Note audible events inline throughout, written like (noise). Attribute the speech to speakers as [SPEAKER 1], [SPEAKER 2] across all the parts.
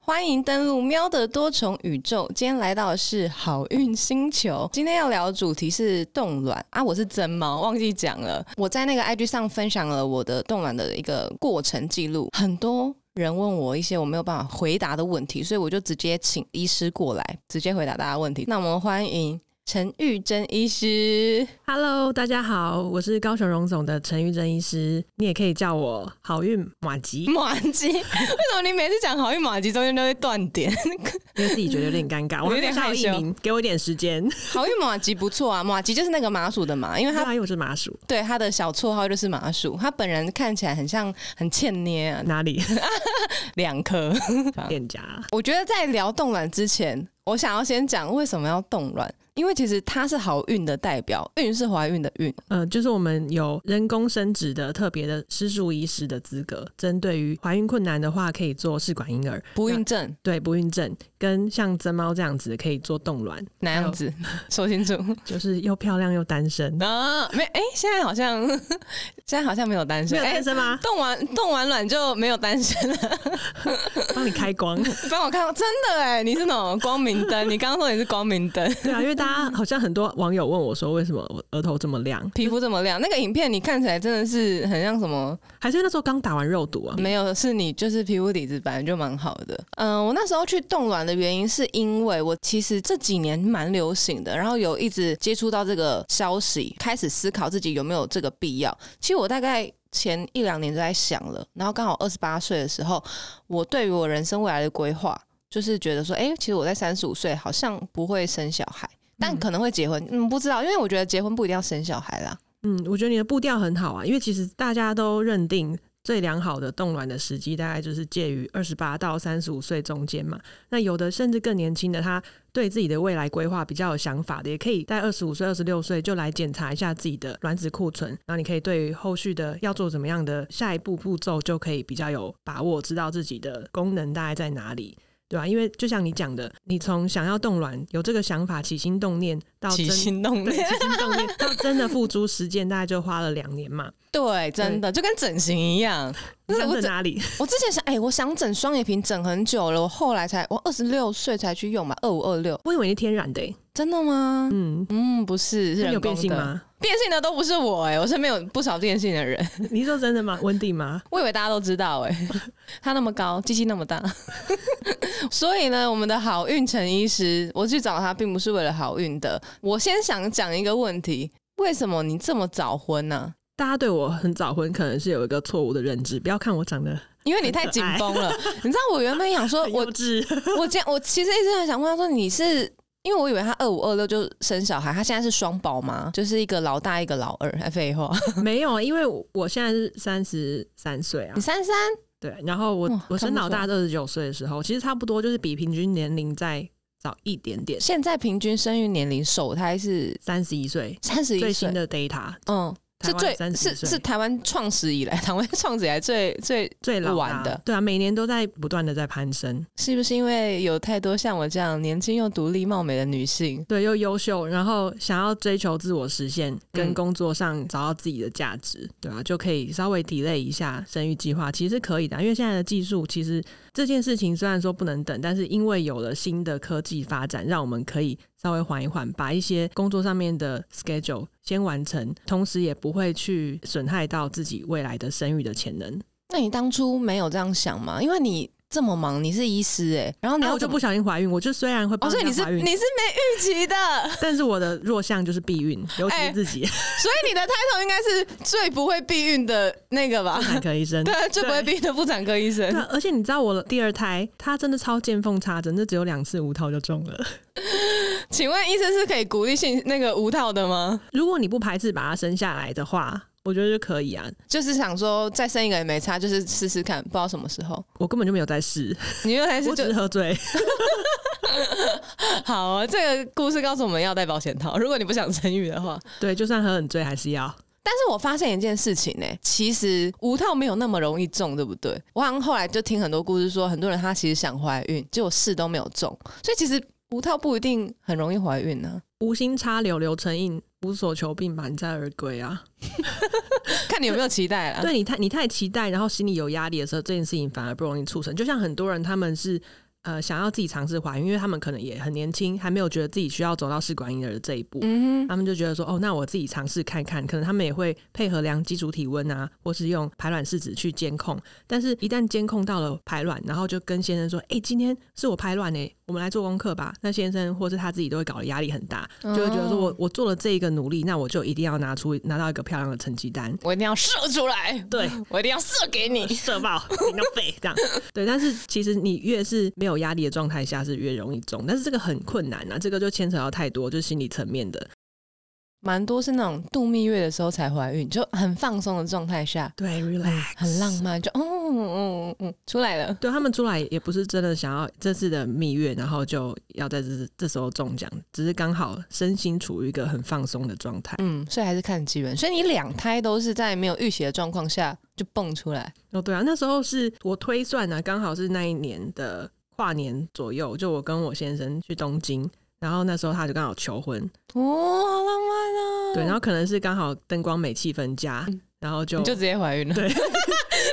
[SPEAKER 1] 欢迎登录喵的多重宇宙。今天来到的是好运星球，今天要聊的主题是冻卵啊，我是真猫，忘记讲了。我在那个 IG 上分享了我的冻卵的一个过程记录，很多。人问我一些我没有办法回答的问题，所以我就直接请医师过来，直接回答大家问题。那我们欢迎陈玉珍医师。
[SPEAKER 2] Hello，大家好，我是高雄荣总的陈玉珍医师，你也可以叫我好运
[SPEAKER 1] (laughs)
[SPEAKER 2] 马吉，
[SPEAKER 1] 马吉，为什么你每次讲好运马吉中间都会断点？
[SPEAKER 2] 因为自己觉得有点
[SPEAKER 1] (laughs)
[SPEAKER 2] 尴尬，我还
[SPEAKER 1] 有点
[SPEAKER 2] 没想
[SPEAKER 1] 害
[SPEAKER 2] 到
[SPEAKER 1] 羞
[SPEAKER 2] 艺名，给我一点时间。
[SPEAKER 1] (laughs) 好运马吉不错啊，马吉就是那个麻薯的麻，因为
[SPEAKER 2] 对
[SPEAKER 1] 他
[SPEAKER 2] 啊，因为我是麻薯，
[SPEAKER 1] 对他的小绰号就是麻薯，他本人看起来很像很欠捏啊，
[SPEAKER 2] 哪里
[SPEAKER 1] 两颗。
[SPEAKER 2] 脸颊？
[SPEAKER 1] (laughs) 我觉得在聊冻卵之前，我想要先讲为什么要冻卵，因为其实它是好运的代表，运是怀孕的运。
[SPEAKER 2] 呃，就是我们有人工生殖的特别的施术医师的资格，针对于怀孕困难的话，可以做试管婴儿，
[SPEAKER 1] 不孕症
[SPEAKER 2] 对不孕症，跟像真猫这样子可以做冻卵，
[SPEAKER 1] 哪样子？说清楚
[SPEAKER 2] 就是又漂亮又单身，
[SPEAKER 1] 啊！没哎、现在好像 (laughs) 现在好像没有单
[SPEAKER 2] 没
[SPEAKER 1] 身，
[SPEAKER 2] 有
[SPEAKER 1] 哎
[SPEAKER 2] 单，身吗？
[SPEAKER 1] 冻完冻完卵就没有单身了。哎
[SPEAKER 2] 帮你开光。
[SPEAKER 1] (laughs) 帮我看到，真的哎，你是那种光明 (laughs) 灯，你刚刚说你是光明灯，
[SPEAKER 2] 对啊，因为大家好像很多网友问我说，为什么我额头这么亮？
[SPEAKER 1] 皮肤这么亮，那个影片你看起来真的是很像什么？
[SPEAKER 2] 还是那时候刚打完肉毒啊？
[SPEAKER 1] 没有，是你就是皮肤底子本来就蛮好的。嗯、我那时候去冻卵的原因是因为我其实这几年蛮流行的，然后有一直接触到这个消息，开始思考自己有没有这个必要。其实我大概。前一两年就在想了，然后刚好二十八岁的时候，我对于我人生未来的规划，就是觉得说，诶，其实我在三十五岁好像不会生小孩，但可能会结婚，嗯，不知道，因为我觉得结婚不一定要生小孩啦。
[SPEAKER 2] 嗯，我觉得你的步调很好啊，因为其实大家都认定最良好的冻卵的时机大概就是介于二十八到三十五岁中间嘛。那有的甚至更年轻的，他对自己的未来规划比较有想法的，也可以在二十五岁、二十六岁就来检查一下自己的卵子库存，然后你可以对于后续的要做怎么样的下一步步骤，就可以比较有把握，知道自己的功能大概在哪里。对吧、因为就像你讲的，你从想要冻卵有这个想法，起心动念到哦真
[SPEAKER 1] 起心动
[SPEAKER 2] 对，
[SPEAKER 1] 念， (laughs)
[SPEAKER 2] 起心动念到真的付诸实践，大概就花了两年嘛。
[SPEAKER 1] 对，真的就跟整形一样。就
[SPEAKER 2] 你
[SPEAKER 1] 是
[SPEAKER 2] 想
[SPEAKER 1] 我
[SPEAKER 2] 在
[SPEAKER 1] 整，
[SPEAKER 2] 哪里？
[SPEAKER 1] 我之前想，哎、我想整双眼皮，整很久了，我后来才，我二十六岁才去用嘛，二五二六，
[SPEAKER 2] 我以为是天然的欸、
[SPEAKER 1] 真的吗？
[SPEAKER 2] 嗯，
[SPEAKER 1] 嗯，不是，是
[SPEAKER 2] 那你
[SPEAKER 1] 人
[SPEAKER 2] 有
[SPEAKER 1] 工
[SPEAKER 2] 变性
[SPEAKER 1] 的？
[SPEAKER 2] 吗？
[SPEAKER 1] (laughs) 变性的都不是我、哎，我身边有不少变性的人， (laughs)
[SPEAKER 2] 你是说真的吗？温蒂吗？
[SPEAKER 1] 我以为大家都知道、哎， (laughs) 他那么高，鸡鸡那么大， (laughs) 所以呢，我们的好运陈医师，我去找他并不是为了好运的，我先想讲一个问题，为什么你这么早婚呢、
[SPEAKER 2] 大家对我很早婚，可能是有一个错误的认知。不要看我长得
[SPEAKER 1] 因为你太
[SPEAKER 2] 很可
[SPEAKER 1] 紧
[SPEAKER 2] 爱
[SPEAKER 1] 绷了，你知道我原本想说
[SPEAKER 2] (laughs) 很，
[SPEAKER 1] 呃我
[SPEAKER 2] 幼稚，
[SPEAKER 1] 我今我其实一直很想问他说，你是因为我以为他二五二六就生小孩，他现在是双胞吗？就是一个老大一个老二，哦还废话。
[SPEAKER 2] 没有，啊因为我我现在是三十三岁啊
[SPEAKER 1] 你，三三
[SPEAKER 2] 对。然后我、
[SPEAKER 1] 哇
[SPEAKER 2] 我生
[SPEAKER 1] 看不
[SPEAKER 2] 老大二十九岁的时候，其实差不多就是比平均年龄再早一点点，
[SPEAKER 1] 现在平均生育年龄首胎是
[SPEAKER 2] 三十一岁，
[SPEAKER 1] 三十一
[SPEAKER 2] 最新
[SPEAKER 1] 岁，
[SPEAKER 2] 的 data
[SPEAKER 1] 嗯，是
[SPEAKER 2] 台
[SPEAKER 1] 最
[SPEAKER 2] 湾30
[SPEAKER 1] 是
[SPEAKER 2] 岁
[SPEAKER 1] 是台湾创始以来， (laughs) 台湾创始以来最最
[SPEAKER 2] 最老
[SPEAKER 1] 晚
[SPEAKER 2] 大
[SPEAKER 1] 的
[SPEAKER 2] 对啊，每年都在不断的在攀升。
[SPEAKER 1] 是不是因为有太多像我这样年轻又独立貌美的女性？
[SPEAKER 2] 对，又优秀，然后想要追求自我实现，
[SPEAKER 1] 嗯
[SPEAKER 2] 跟工作上找到自己的价值，对啊，就可以稍微 delay 一下生育计划，其实是可以的啊、因为现在的技术，其实这件事情虽然说不能等，但是因为有了新的科技发展，让我们可以稍微缓一缓，把一些工作上面的 schedule 先完成，同时也不会去损害到自己未来的生育的潜能。
[SPEAKER 1] 那你当初没有这样想吗？因为你这么忙，你是医师哎、然后你要
[SPEAKER 2] 然后啊我就
[SPEAKER 1] 怎么
[SPEAKER 2] 不小心怀孕，我就虽然会
[SPEAKER 1] 哦，
[SPEAKER 2] 帮
[SPEAKER 1] 所以
[SPEAKER 2] 人
[SPEAKER 1] 你是
[SPEAKER 2] 家怀孕，
[SPEAKER 1] 你是没预期的。
[SPEAKER 2] 但是我的弱项就是避孕，尤其
[SPEAKER 1] 哎
[SPEAKER 2] 是自己， (laughs)
[SPEAKER 1] 所以你的 title 应该是最不会避孕的那个吧？
[SPEAKER 2] 产科
[SPEAKER 1] (laughs)
[SPEAKER 2] 医生。
[SPEAKER 1] 对，最不会避孕的妇产科医生
[SPEAKER 2] 对，。而且你知道我的第二胎，他真的超见缝插针，这只有两次无套就中了。 (laughs)
[SPEAKER 1] 请问医生是可以鼓励性那个无套的吗？
[SPEAKER 2] 如果你不排斥把它生下来的话，我觉得就可以啊。
[SPEAKER 1] 就是想说再生一个也没差，就是试试看，不知道什么时候。
[SPEAKER 2] 我根本就没有在试，
[SPEAKER 1] 你原来是
[SPEAKER 2] 我只
[SPEAKER 1] 就是
[SPEAKER 2] 喝醉。 (laughs)
[SPEAKER 1] 好啊！这个故事告诉我们要戴保险套，如果你不想生育的话。
[SPEAKER 2] 对，就算喝很醉还是要。
[SPEAKER 1] 但是我发现一件事情呢、其实无套没有那么容易中，对不对？我好像后来就听很多故事说，很多人他其实想怀孕，结果试都没有中，所以其实无套不一定很容易怀孕呢、啊
[SPEAKER 2] 无心插柳柳成荫，无所求并满载而归啊！
[SPEAKER 1] (laughs) 看你有没有期待啦。
[SPEAKER 2] 对你太你太期待，然后心里有压力的时候，这件事情反而不容易促成。就像很多人他们是呃想要自己尝试怀孕，因为他们可能也很年轻，还没有觉得自己需要走到试管婴儿的这一步，
[SPEAKER 1] 嗯哼，
[SPEAKER 2] 他们就觉得说哦，那我自己尝试看看，可能他们也会配合量基础体温啊，或是用排卵试纸去监控。但是，一旦监控到了排卵，然后就跟先生说：“哎、今天是我排卵呢、我们来做功课吧。”那先生或是他自己都会搞得压力很大，就会觉得
[SPEAKER 1] 哦
[SPEAKER 2] 说我我做了这一个努力，那我就一定要拿出拿到一个漂亮的成绩单。
[SPEAKER 1] 我一定要射出来，
[SPEAKER 2] 对，
[SPEAKER 1] 我一定要射给你。
[SPEAKER 2] 社爆，你到肺
[SPEAKER 1] (laughs)
[SPEAKER 2] 这样。对，但是其实你越是没有压力的状态下，是越容易中。但是这个很困难啊，这个就牵扯到太多，就是心理层面的。
[SPEAKER 1] 蛮多是那种度蜜月的时候才怀孕，就很放松的状态下，
[SPEAKER 2] 对，relax，
[SPEAKER 1] 很浪漫，就哦嗯嗯嗯出来了。
[SPEAKER 2] 对他们出来也不是真的想要这次的蜜月，然后就要在这这时候中奖，只是刚好身心处于一个很放松的状态。
[SPEAKER 1] 嗯，所以还是看机缘。所以你两胎都是在没有预期的状况下就蹦出来，
[SPEAKER 2] 哦，对啊，那时候是我推算呢、啊，刚好是那一年的跨年左右，就我跟我先生去东京，然后那时候他就刚好求婚，
[SPEAKER 1] 哦，好浪漫哦。
[SPEAKER 2] 对，然后可能是刚好灯光美、气氛佳，
[SPEAKER 1] 嗯
[SPEAKER 2] 然后就
[SPEAKER 1] 你就直接怀孕了， (laughs)
[SPEAKER 2] 对，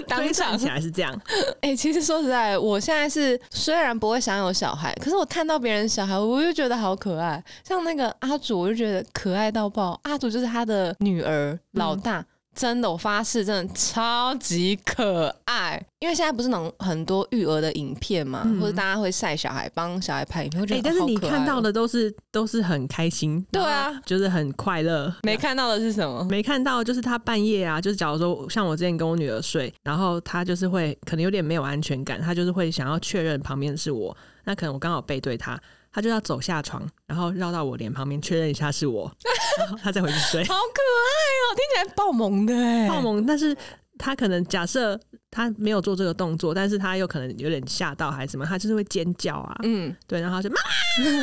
[SPEAKER 1] 当
[SPEAKER 2] 推算
[SPEAKER 1] 场
[SPEAKER 2] 起来是这样。
[SPEAKER 1] 哎、其实说实在，我现在是虽然不会想有小孩，可是我看到别人小孩，我就觉得好可爱。像那个阿祖，我就觉得可爱到爆。阿祖就是他的女儿
[SPEAKER 2] 嗯
[SPEAKER 1] 老大，真的，我发誓，真的超级可爱。因为现在不是那种很多育儿的影片嘛，
[SPEAKER 2] 嗯
[SPEAKER 1] 或者大家会晒小孩，帮小孩拍影片，我觉
[SPEAKER 2] (laughs) 哎、
[SPEAKER 1] 得、
[SPEAKER 2] 但是
[SPEAKER 1] 好
[SPEAKER 2] 你
[SPEAKER 1] 可爱
[SPEAKER 2] 看到
[SPEAKER 1] 哦
[SPEAKER 2] 的都是都是很开心，
[SPEAKER 1] 对啊
[SPEAKER 2] 然后就是很快乐，
[SPEAKER 1] 没看到的是什么？
[SPEAKER 2] 没看到，就是他半夜啊，就是假如说像我之前跟我女儿睡，然后她就是会可能有点没有安全感，她就是会想要确认旁边是我，那可能我刚好背对她，她就要走下床，然后绕到我脸旁边确认一下是我， (laughs) 然后她再回去睡。
[SPEAKER 1] 好可爱哦、听起来爆萌的哎、
[SPEAKER 2] 暴萌，但是她可能假设她没有做这个动作，但是她又可能有点吓到还是什么，她就是会尖叫啊，
[SPEAKER 1] 嗯，
[SPEAKER 2] 对，然后她就妈，啊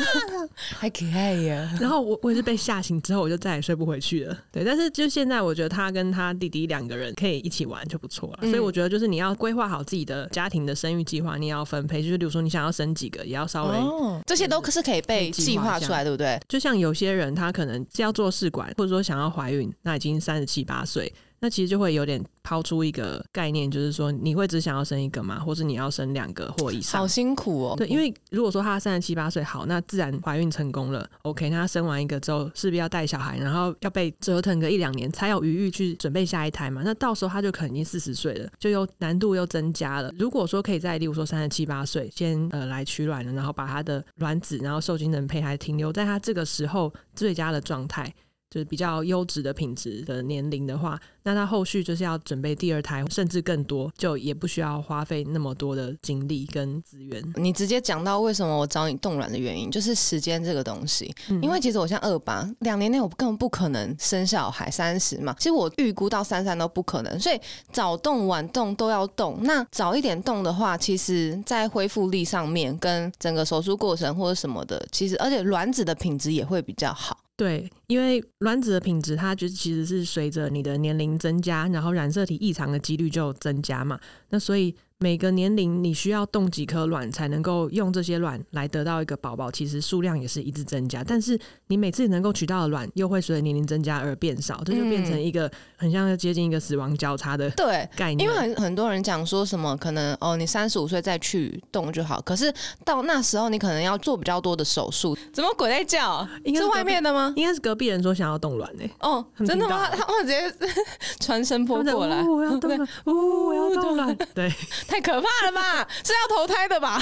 [SPEAKER 1] 还可爱呀、
[SPEAKER 2] 然后我我 (laughs) 也是被吓醒之后，我就再也睡不回去了。对，但是就现在，我觉得他跟他弟弟两个人可以一起玩就不错了。
[SPEAKER 1] 嗯
[SPEAKER 2] 所以我觉得就是你要规划好自己的家庭的生育计划，你也要分配，就是比如说你想要生几个，也要稍微。
[SPEAKER 1] 哦，这些
[SPEAKER 2] 嗯
[SPEAKER 1] 都是可以被计划出来，对不对？
[SPEAKER 2] 就像有些人他可能是要做试管，或者说想要怀孕，那已经三十七八岁，那其实就会有点抛出一个概念，就是说你会只想要生一个吗？或者你要生两个或以上
[SPEAKER 1] 好？辛苦哦。
[SPEAKER 2] 对，因为如果说她三十七八岁，好，那自然怀孕成功了，OK，那她生完一个之后，势必要带小孩，然后要被折腾个一两年，才有余裕去准备下一胎嘛。那到时候她就可能已经四十岁了，就又难度又增加了。如果说可以在例如说三十七八岁先呃来取卵了，然后把她的卵子，然后受精能胚胎停留在她这个时候最佳的状态。就是比较优质的品质的年龄的话，那她后续就是要准备第二胎，甚至更多，就也不需要花费那么多的精力跟资源。
[SPEAKER 1] 你直接讲到为什么我找你冻卵的原因，就是时间这个东西。
[SPEAKER 2] 嗯
[SPEAKER 1] 因为其实我像二八，两年内我根本不可能生小孩，三十嘛，其实我预估到三三都不可能，所以早动晚动都要动。那早一点动的话，其实在恢复力上面，跟整个手术过程或者什么的，其实而且卵子的品质也会比较好。
[SPEAKER 2] 对，因为卵子的品质，它就其实是随着你的年龄增加，然后染色体异常的几率就增加嘛。那所以每个年龄你需要冻几颗卵才能够用这些卵来得到一个宝宝，其实数量也是一直增加。但是你每次能够取到的卵又会随着年龄增加而变少，这就变成一个很像接近一个死亡交叉的
[SPEAKER 1] 对，
[SPEAKER 2] 概念。
[SPEAKER 1] 嗯 (laughs) 因为很很多人讲说什么可能哦，你三十五岁再去动就好，可是到那时候你可能要做比较多的手术。怎么鬼在叫？
[SPEAKER 2] 应该
[SPEAKER 1] 是
[SPEAKER 2] 是
[SPEAKER 1] 外面的吗？
[SPEAKER 2] 应该是隔壁人说想要冻卵诶、欸，
[SPEAKER 1] 哦，
[SPEAKER 2] 很
[SPEAKER 1] 真的吗？
[SPEAKER 2] 频
[SPEAKER 1] 他们直接 (laughs) 传声
[SPEAKER 2] 他
[SPEAKER 1] 波
[SPEAKER 2] 们在
[SPEAKER 1] 过来
[SPEAKER 2] 呜，我
[SPEAKER 1] (laughs)
[SPEAKER 2] 要冻卵，呜我要冻卵，对，
[SPEAKER 1] 太可怕了
[SPEAKER 2] (laughs)
[SPEAKER 1] 吧？是要投胎的吧？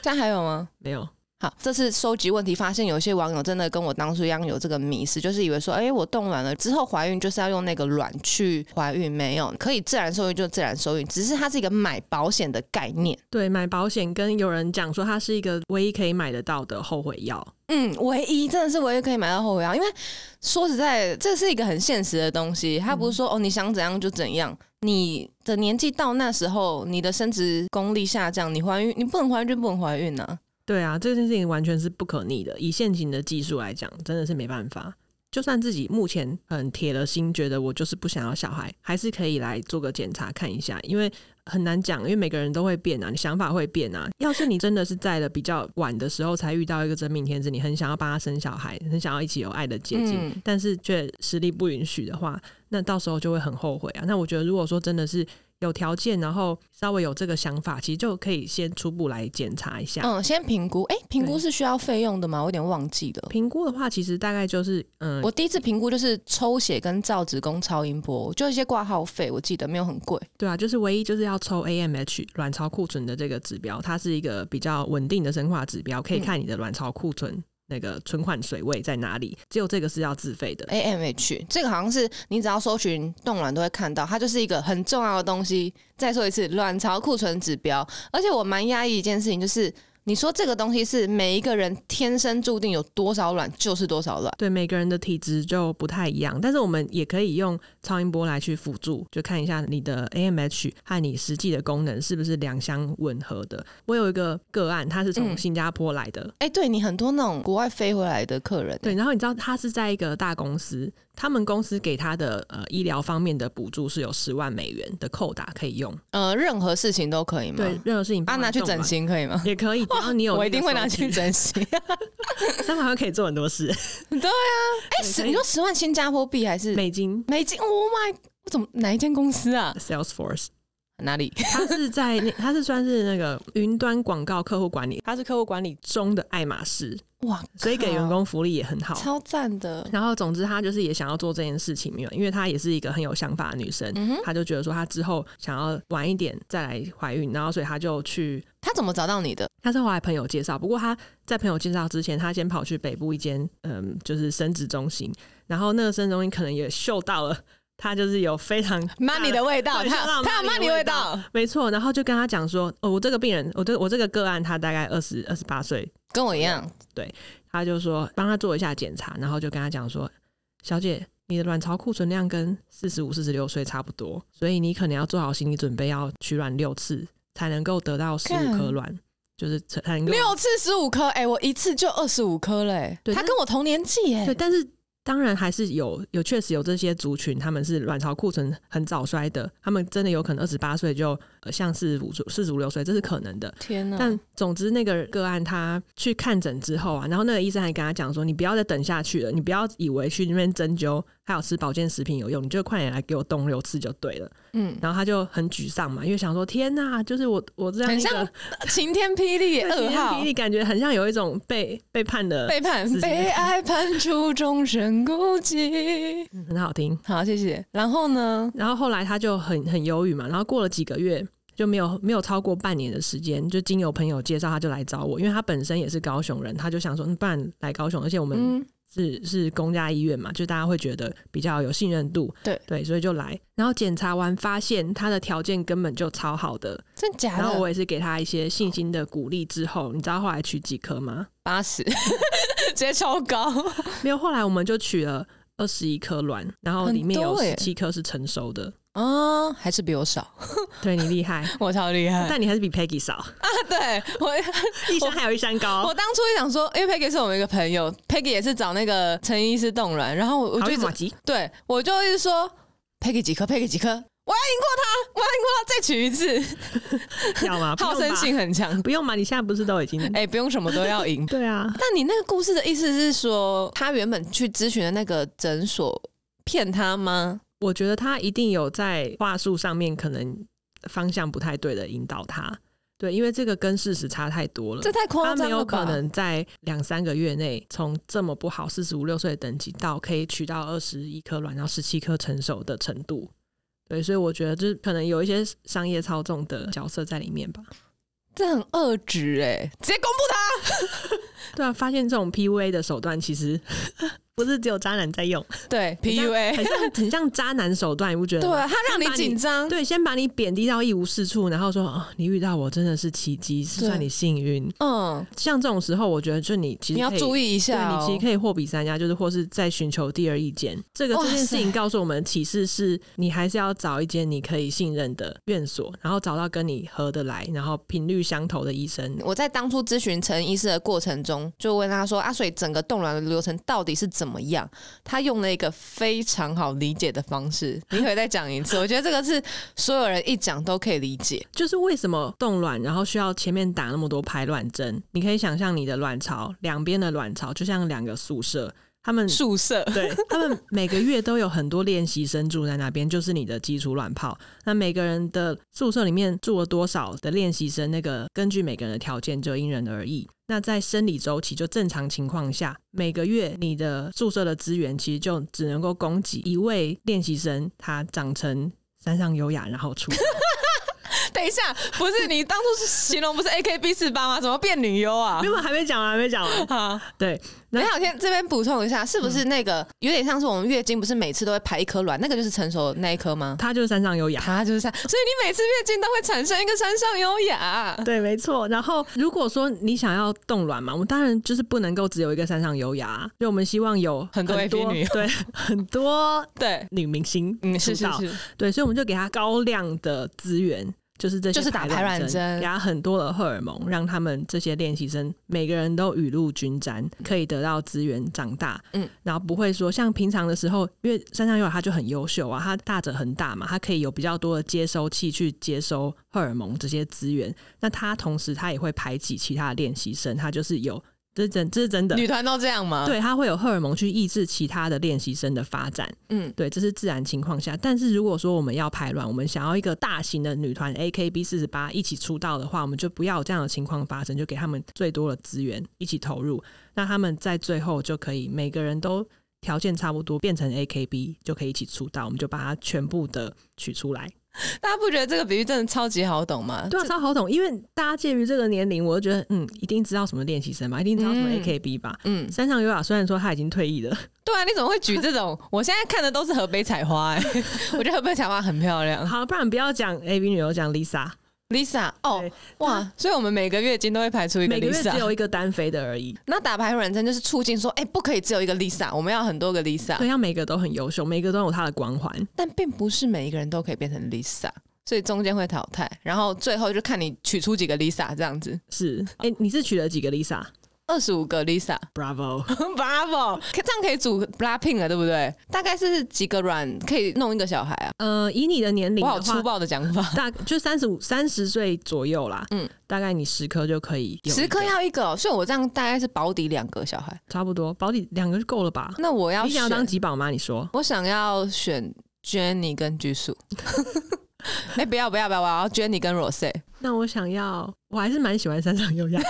[SPEAKER 1] 这样还有吗？
[SPEAKER 2] 没有。
[SPEAKER 1] 好，这次收集问题发现，有些网友真的跟我当初一样有这个迷思，就是以为说，哎、我冻卵了之后怀孕就是要用那个卵去怀孕，没有，可以自然受孕就自然受孕，只是它是一个买保险的概念。
[SPEAKER 2] 对，买保险跟有人讲说它是一个唯一可以买得到的后悔药。
[SPEAKER 1] 嗯，唯一真的是唯一可以买到后悔药，因为说实在，这是一个很现实的东西，它不是说、哦你想怎样就怎样。你的年纪到那时候，你的生殖功力下降，你怀孕，你不能怀孕就不能怀孕呐、
[SPEAKER 2] 对啊，这件事情完全是不可逆的。以现行的技术来讲，真的是没办法。就算自己目前很铁了心，觉得我就是不想要小孩，还是可以来做个检查看一下，因为很难讲，因为每个人都会变啊，你想法会变啊。要是你真的是在了比较晚的时候才遇到一个真命天子，你很想要帮他生小孩，很想要一起有爱的结晶，
[SPEAKER 1] 嗯
[SPEAKER 2] 但是却实力不允许的话，那到时候就会很后悔啊。那我觉得，如果说真的是有条件，然后稍微有这个想法，其实就可以先初步来检查一下。
[SPEAKER 1] 嗯，先评估，哎、评估
[SPEAKER 2] 对
[SPEAKER 1] 是需要费用的吗？我有点忘记了。
[SPEAKER 2] 评估的话，其实大概就是嗯，
[SPEAKER 1] 我第一次评估就是抽血跟照子宫超音波，就一些挂号费，我记得没有很贵。
[SPEAKER 2] 对啊，就是唯一就是要抽 AMH 卵巢库存的这个指标，它是一个比较稳定的生化指标，可以
[SPEAKER 1] 嗯
[SPEAKER 2] 看你的卵巢库存。那个存款水位在哪里？只有这个是要自费的。
[SPEAKER 1] AMH 这个好像是你只要搜寻冻卵都会看到，它就是一个很重要的东西。再说一次，卵巢库存指标。而且我蛮压抑一件事情，就是你说这个东西是每一个人天生注定有多少卵就是多少卵。
[SPEAKER 2] 对每个人的体质就不太一样，但是我们也可以用超音波来去辅助，就看一下你的 AMH 和你实际的功能是不是两相吻合的。我有一个个案，他是从
[SPEAKER 1] 嗯
[SPEAKER 2] 新加坡来的，
[SPEAKER 1] 哎、对你很多那种国外飞回来的客人，
[SPEAKER 2] 对，然后你知道他是在一个大公司，他们公司给他的呃医疗方面的补助是有十万美元的扣打可以用，
[SPEAKER 1] 呃，任何事情都可以吗？
[SPEAKER 2] 对，，任何事情
[SPEAKER 1] 啊，拿去
[SPEAKER 2] 帮忙
[SPEAKER 1] 整
[SPEAKER 2] 动
[SPEAKER 1] 形可以吗
[SPEAKER 2] 嘛？也可以，只要你
[SPEAKER 1] (laughs)
[SPEAKER 2] 有
[SPEAKER 1] 我
[SPEAKER 2] 那
[SPEAKER 1] 一定
[SPEAKER 2] 个
[SPEAKER 1] 会
[SPEAKER 2] 手
[SPEAKER 1] 拿去
[SPEAKER 2] 续，
[SPEAKER 1] 整
[SPEAKER 2] (laughs)
[SPEAKER 1] 形。啊
[SPEAKER 2] 三百万可以做很多事，
[SPEAKER 1] 哎、
[SPEAKER 2] 可
[SPEAKER 1] 十
[SPEAKER 2] 以
[SPEAKER 1] 你说十万新加坡币还是
[SPEAKER 2] 美金
[SPEAKER 1] 美金？Oh my，我怎么哪一间公司啊？
[SPEAKER 2] Salesforce。
[SPEAKER 1] 哪
[SPEAKER 2] (laughs)
[SPEAKER 1] 里？
[SPEAKER 2] 他是在那，他是算是那个云端广告客户管理，他是客户管理中的爱马仕，
[SPEAKER 1] 哇，
[SPEAKER 2] 所以给员工福利也很
[SPEAKER 1] 靠
[SPEAKER 2] 好。
[SPEAKER 1] 超赞的。
[SPEAKER 2] 然后，总之，她就是也想要做这件事情，因为因为她也是一个很有想法的女生，
[SPEAKER 1] 嗯哼，
[SPEAKER 2] 她就觉得说她之后想要晚一点再来怀孕，然后所以她就去，
[SPEAKER 1] 他怎么找到你的？
[SPEAKER 2] 她是后来朋友介绍，不过她在朋友介绍之前，她先跑去北部一间嗯，就是生殖中心，然后那个生殖中心可能也嗅到了她就是有非常大
[SPEAKER 1] money 的味道，
[SPEAKER 2] 对
[SPEAKER 1] 他
[SPEAKER 2] 嗅到
[SPEAKER 1] 他有
[SPEAKER 2] money 的
[SPEAKER 1] money 的
[SPEAKER 2] 味
[SPEAKER 1] 味
[SPEAKER 2] 道
[SPEAKER 1] 道，
[SPEAKER 2] 没错，然后就跟他讲说，哦，我这个病人，我这我这个个案，他大概二十二十八岁，
[SPEAKER 1] 跟我一样。
[SPEAKER 2] 他就说帮他做一下检查，然后就跟他讲说，小姐，你的卵巢库存量跟四十五、四十六岁差不多，所以你可能要做好心理准备，要取卵六次才能够得到十五
[SPEAKER 1] 干
[SPEAKER 2] 颗卵，就是才能够
[SPEAKER 1] 六次十五颗，哎、我一次就二十五颗嘞。
[SPEAKER 2] 对
[SPEAKER 1] 他
[SPEAKER 2] 但
[SPEAKER 1] 跟我同年纪耶、
[SPEAKER 2] 对，但是当然还是有有确实有这些族群，他们是卵巢库存很早衰的，他们真的有可能二十八岁就呃像四十五、四十五六岁，这是可能的。
[SPEAKER 1] 天哪！
[SPEAKER 2] 但总之，那个个案他去看诊之后啊，然后那个医生还跟他讲说：“你不要再等下去了，你不要以为去那边针灸还有吃保健食品有用，你就快点来给我动六次就对了。
[SPEAKER 1] 嗯”，
[SPEAKER 2] 然后他就很沮丧嘛，因为想说：“天呐，就是我我这样
[SPEAKER 1] 很
[SPEAKER 2] 一
[SPEAKER 1] 像
[SPEAKER 2] 个
[SPEAKER 1] 晴天霹雳耶
[SPEAKER 2] 对晴
[SPEAKER 1] 二
[SPEAKER 2] 天霹
[SPEAKER 1] 号
[SPEAKER 2] 雳，感觉很像有一种被背叛的，
[SPEAKER 1] 背叛
[SPEAKER 2] 自己，
[SPEAKER 1] 被爱判处终身孤寂。
[SPEAKER 2] 嗯很好听。”
[SPEAKER 1] 好，谢谢。然后呢？
[SPEAKER 2] 然后后来他就很很忧郁嘛，然后过了几个月就没有没有超过半年的时间，就经由朋友介绍他就来找我，因为他本身也是高雄人，他就想说，嗯不然来高雄，而且我们
[SPEAKER 1] 嗯，
[SPEAKER 2] 是是公家医院嘛，就大家会觉得比较有信任度，
[SPEAKER 1] 对
[SPEAKER 2] 对，所以就来。然后检查完发现他的条件根本就超好的，
[SPEAKER 1] 真假
[SPEAKER 2] 然后我
[SPEAKER 1] 的？
[SPEAKER 2] 也是给他一些信心的鼓励。之后你知道后来取几颗吗？
[SPEAKER 1] 八十， (laughs) 直接超高。
[SPEAKER 2] 没有，后来我们就取了二十一颗卵，然后
[SPEAKER 1] 很
[SPEAKER 2] 里面有
[SPEAKER 1] 多耶欸
[SPEAKER 2] 十七颗是成熟的。
[SPEAKER 1] 啊、还是比我少，
[SPEAKER 2] 对你
[SPEAKER 1] (laughs)
[SPEAKER 2] 厉害，
[SPEAKER 1] 我超厉害。
[SPEAKER 2] (laughs) 但你还是比 Peggy 少，
[SPEAKER 1] (laughs) 对哎我
[SPEAKER 2] 一山还有一山高
[SPEAKER 1] 我。当初也想说，因为 Peggy 是我们一个朋友，Peggy 也是找那个陈医师冻卵，然后我我
[SPEAKER 2] 好
[SPEAKER 1] 就
[SPEAKER 2] 运
[SPEAKER 1] 一直
[SPEAKER 2] 马吉，
[SPEAKER 1] 对我就一直说 Peggy 几颗，Peggy 几颗，我要赢过他，我要赢过他，再取一次，
[SPEAKER 2] 要吗？啊
[SPEAKER 1] (laughs)
[SPEAKER 2] 不
[SPEAKER 1] 好
[SPEAKER 2] 用
[SPEAKER 1] 胜
[SPEAKER 2] 吧，
[SPEAKER 1] 心很强。
[SPEAKER 2] 不用嘛，你现在不是都已经？。
[SPEAKER 1] (laughs) 哎、不用什么都要赢
[SPEAKER 2] (laughs) 对啊，
[SPEAKER 1] 但你那个故事的意思是说，他原本去咨询的那个诊所骗他吗？
[SPEAKER 2] 我觉得他一定有在话术上面可能方向不太对的引导他，对，因为这个跟事实差太多了
[SPEAKER 1] 这。太夸
[SPEAKER 2] 嗯他没
[SPEAKER 1] 张了
[SPEAKER 2] 有可
[SPEAKER 1] 吧？
[SPEAKER 2] 能在两三个月内，从这么不好四十五六岁的等级到可以取到二十一颗卵，然后十七颗成熟的程度，对，所以我觉得就是可能有一些商业操纵的角色在里面吧。
[SPEAKER 1] 这很恶质哎、直接公布他。
[SPEAKER 2] 对啊，发现这种 PUA 的手段其实 (laughs) 不是只有渣男在用
[SPEAKER 1] 对
[SPEAKER 2] 很像
[SPEAKER 1] ，PUA，
[SPEAKER 2] 很像很像渣男手段，你不觉得
[SPEAKER 1] 对
[SPEAKER 2] 吗？
[SPEAKER 1] 啊，他让你
[SPEAKER 2] 把你
[SPEAKER 1] 紧张。
[SPEAKER 2] 对，先把你贬低到一无是处，然后说哦，你遇到我真的是奇迹，是
[SPEAKER 1] 对
[SPEAKER 2] 算你幸运。
[SPEAKER 1] 嗯，
[SPEAKER 2] 像这种时候，我觉得就你其实
[SPEAKER 1] 你要
[SPEAKER 2] 可以
[SPEAKER 1] 注。意一下、
[SPEAKER 2] 对
[SPEAKER 1] 哦。
[SPEAKER 2] 你其实可以货比三家，就是或是在寻求第二意见。这个
[SPEAKER 1] 哇
[SPEAKER 2] 这件事情
[SPEAKER 1] 塞
[SPEAKER 2] 告诉我们的启示是，你还是要找一间你可以信任的院所，然后找到跟你合得来，然后频率相投的医生。
[SPEAKER 1] 我在当初咨询陈医师的过程中，就问他说：“啊，所以整个冻卵的流程到底是怎么样？”他用了一个非常好理解的方式，你可以再讲一次。我觉得这个是所有人一讲都可以理解。
[SPEAKER 2] 就是为什么冻卵，然后需要前面打那么多排卵针？你可以想象你的卵巢两边的卵巢就像两个宿舍，他们
[SPEAKER 1] 宿舍，
[SPEAKER 2] 对 (laughs) 他们每个月都有很多练习生住在那边，就是你的基础卵泡。那每个人的宿舍里面住了多少的练习生，那个根据每个人的条件就因人而异。那在生理周期就正常情况下，每个月你的宿舍的资源其实就只能够供给一位练习生，他长成山上优雅，然后出 (laughs)
[SPEAKER 1] 等一下，不是你当初是形容不是 A K B 四八吗？怎么变女优啊 (laughs)
[SPEAKER 2] 没？有，还没讲完，还没讲完。
[SPEAKER 1] 好，
[SPEAKER 2] 对，那
[SPEAKER 1] 没有，先这边补充一下，是不是那个有点像是我们月经不是每次都会排一颗卵，那个就是成熟的那一颗吗？
[SPEAKER 2] 他就是山上优雅。
[SPEAKER 1] 它就是山，所以你每次月经都会产生一个山上优雅。 (laughs)
[SPEAKER 2] 对，没错。然后，如果说你想要冻卵嘛，我们当然就是不能够只有一个山上优雅啊，就我们希望有
[SPEAKER 1] 很多 AV 女优
[SPEAKER 2] 对，很多
[SPEAKER 1] 对，
[SPEAKER 2] 女明星
[SPEAKER 1] 嗯，是
[SPEAKER 2] 出
[SPEAKER 1] 是
[SPEAKER 2] 道
[SPEAKER 1] 是，
[SPEAKER 2] 对，所以我们就给她高量的资源，就是这些
[SPEAKER 1] 就是打排
[SPEAKER 2] 排
[SPEAKER 1] 卵针
[SPEAKER 2] 给她很多的荷尔蒙，让他们这些练习生每个人都雨露均沾，可以得到资源长大。
[SPEAKER 1] 嗯，
[SPEAKER 2] 然后不会说像平常的时候，因为山上幼儿他就很优秀啊，他大者很大嘛，他可以有比较多的接收器去接收荷尔蒙这些资源。那他同时他也会排挤其他的练习生，他就是有这是真这是真的。
[SPEAKER 1] 女团都这样吗？，
[SPEAKER 2] 对，他会有荷尔蒙去抑制其他的练习生的发展，
[SPEAKER 1] 嗯，
[SPEAKER 2] 对，这是自然情况下。但是如果说我们要排卵，我们想要一个大型的女团 AKB 四十八一起出道的话，我们就不要有这样的情况发生，就给他们最多的资源一起投入，那他们在最后就可以每个人都条件差不多，变成 AKB 就可以一起出道，我们就把它全部的取出来。
[SPEAKER 1] 大家不觉得这个比喻真的超级好懂吗？
[SPEAKER 2] 对啊，超好懂，因为大家介于这个年龄，我就觉得嗯，一定知道什么练习生吧，一定知道什么
[SPEAKER 1] 嗯
[SPEAKER 2] AKB 吧。
[SPEAKER 1] 嗯，
[SPEAKER 2] 山上优雅虽然说他已经退役了， (laughs)
[SPEAKER 1] 对啊，你怎么会举这种？我现在看的都是河北采花、哎， (laughs) 我觉得河北采花很漂亮。
[SPEAKER 2] 好，不然不要讲 AV 女优，讲 Lisa。
[SPEAKER 1] Lisa，哦
[SPEAKER 2] 对，
[SPEAKER 1] 哇，所以我们每个月经都会排出一个
[SPEAKER 2] 每个月只
[SPEAKER 1] Lisa。
[SPEAKER 2] 有一个单飞的而已。
[SPEAKER 1] 那打排卵针就是促进说，哎、不可以只有一个 Lisa，我们要很多个 Lisa。
[SPEAKER 2] 对，要每个都很优秀，每个都有他的光环。
[SPEAKER 1] 但并不是每一个人都可以变成 Lisa，所以中间会淘汰，然后最后就看你取出几个 Lisa 这样子，
[SPEAKER 2] 是，哎、你是娶了几个 Lisa？Bravo！
[SPEAKER 1] 二十五个 Lisa，Bravo，可这样可以组 Blackpink 了，对不对？大概是几个卵可以弄一个小孩啊？
[SPEAKER 2] (laughs) 呃，以你的年龄
[SPEAKER 1] 我好
[SPEAKER 2] 的
[SPEAKER 1] 粗
[SPEAKER 2] 话，
[SPEAKER 1] 暴的讲法，
[SPEAKER 2] 大就三十五、三十岁左右啦。
[SPEAKER 1] 嗯
[SPEAKER 2] 嗯，大概你十颗就可以有一个，
[SPEAKER 1] 十颗要一个哦、所以我这样大概是保底两个小孩。
[SPEAKER 2] 差不多，保底两个就够了吧？
[SPEAKER 1] 那我要
[SPEAKER 2] 你想要当
[SPEAKER 1] 选，
[SPEAKER 2] 几宝吗？你说
[SPEAKER 1] 我想要选 Jenny 跟拘束。 (laughs) 哎、不要不要不要，我要 Jenny 跟 Rose。
[SPEAKER 2] 那我想要，我还是蛮喜欢山上优雅。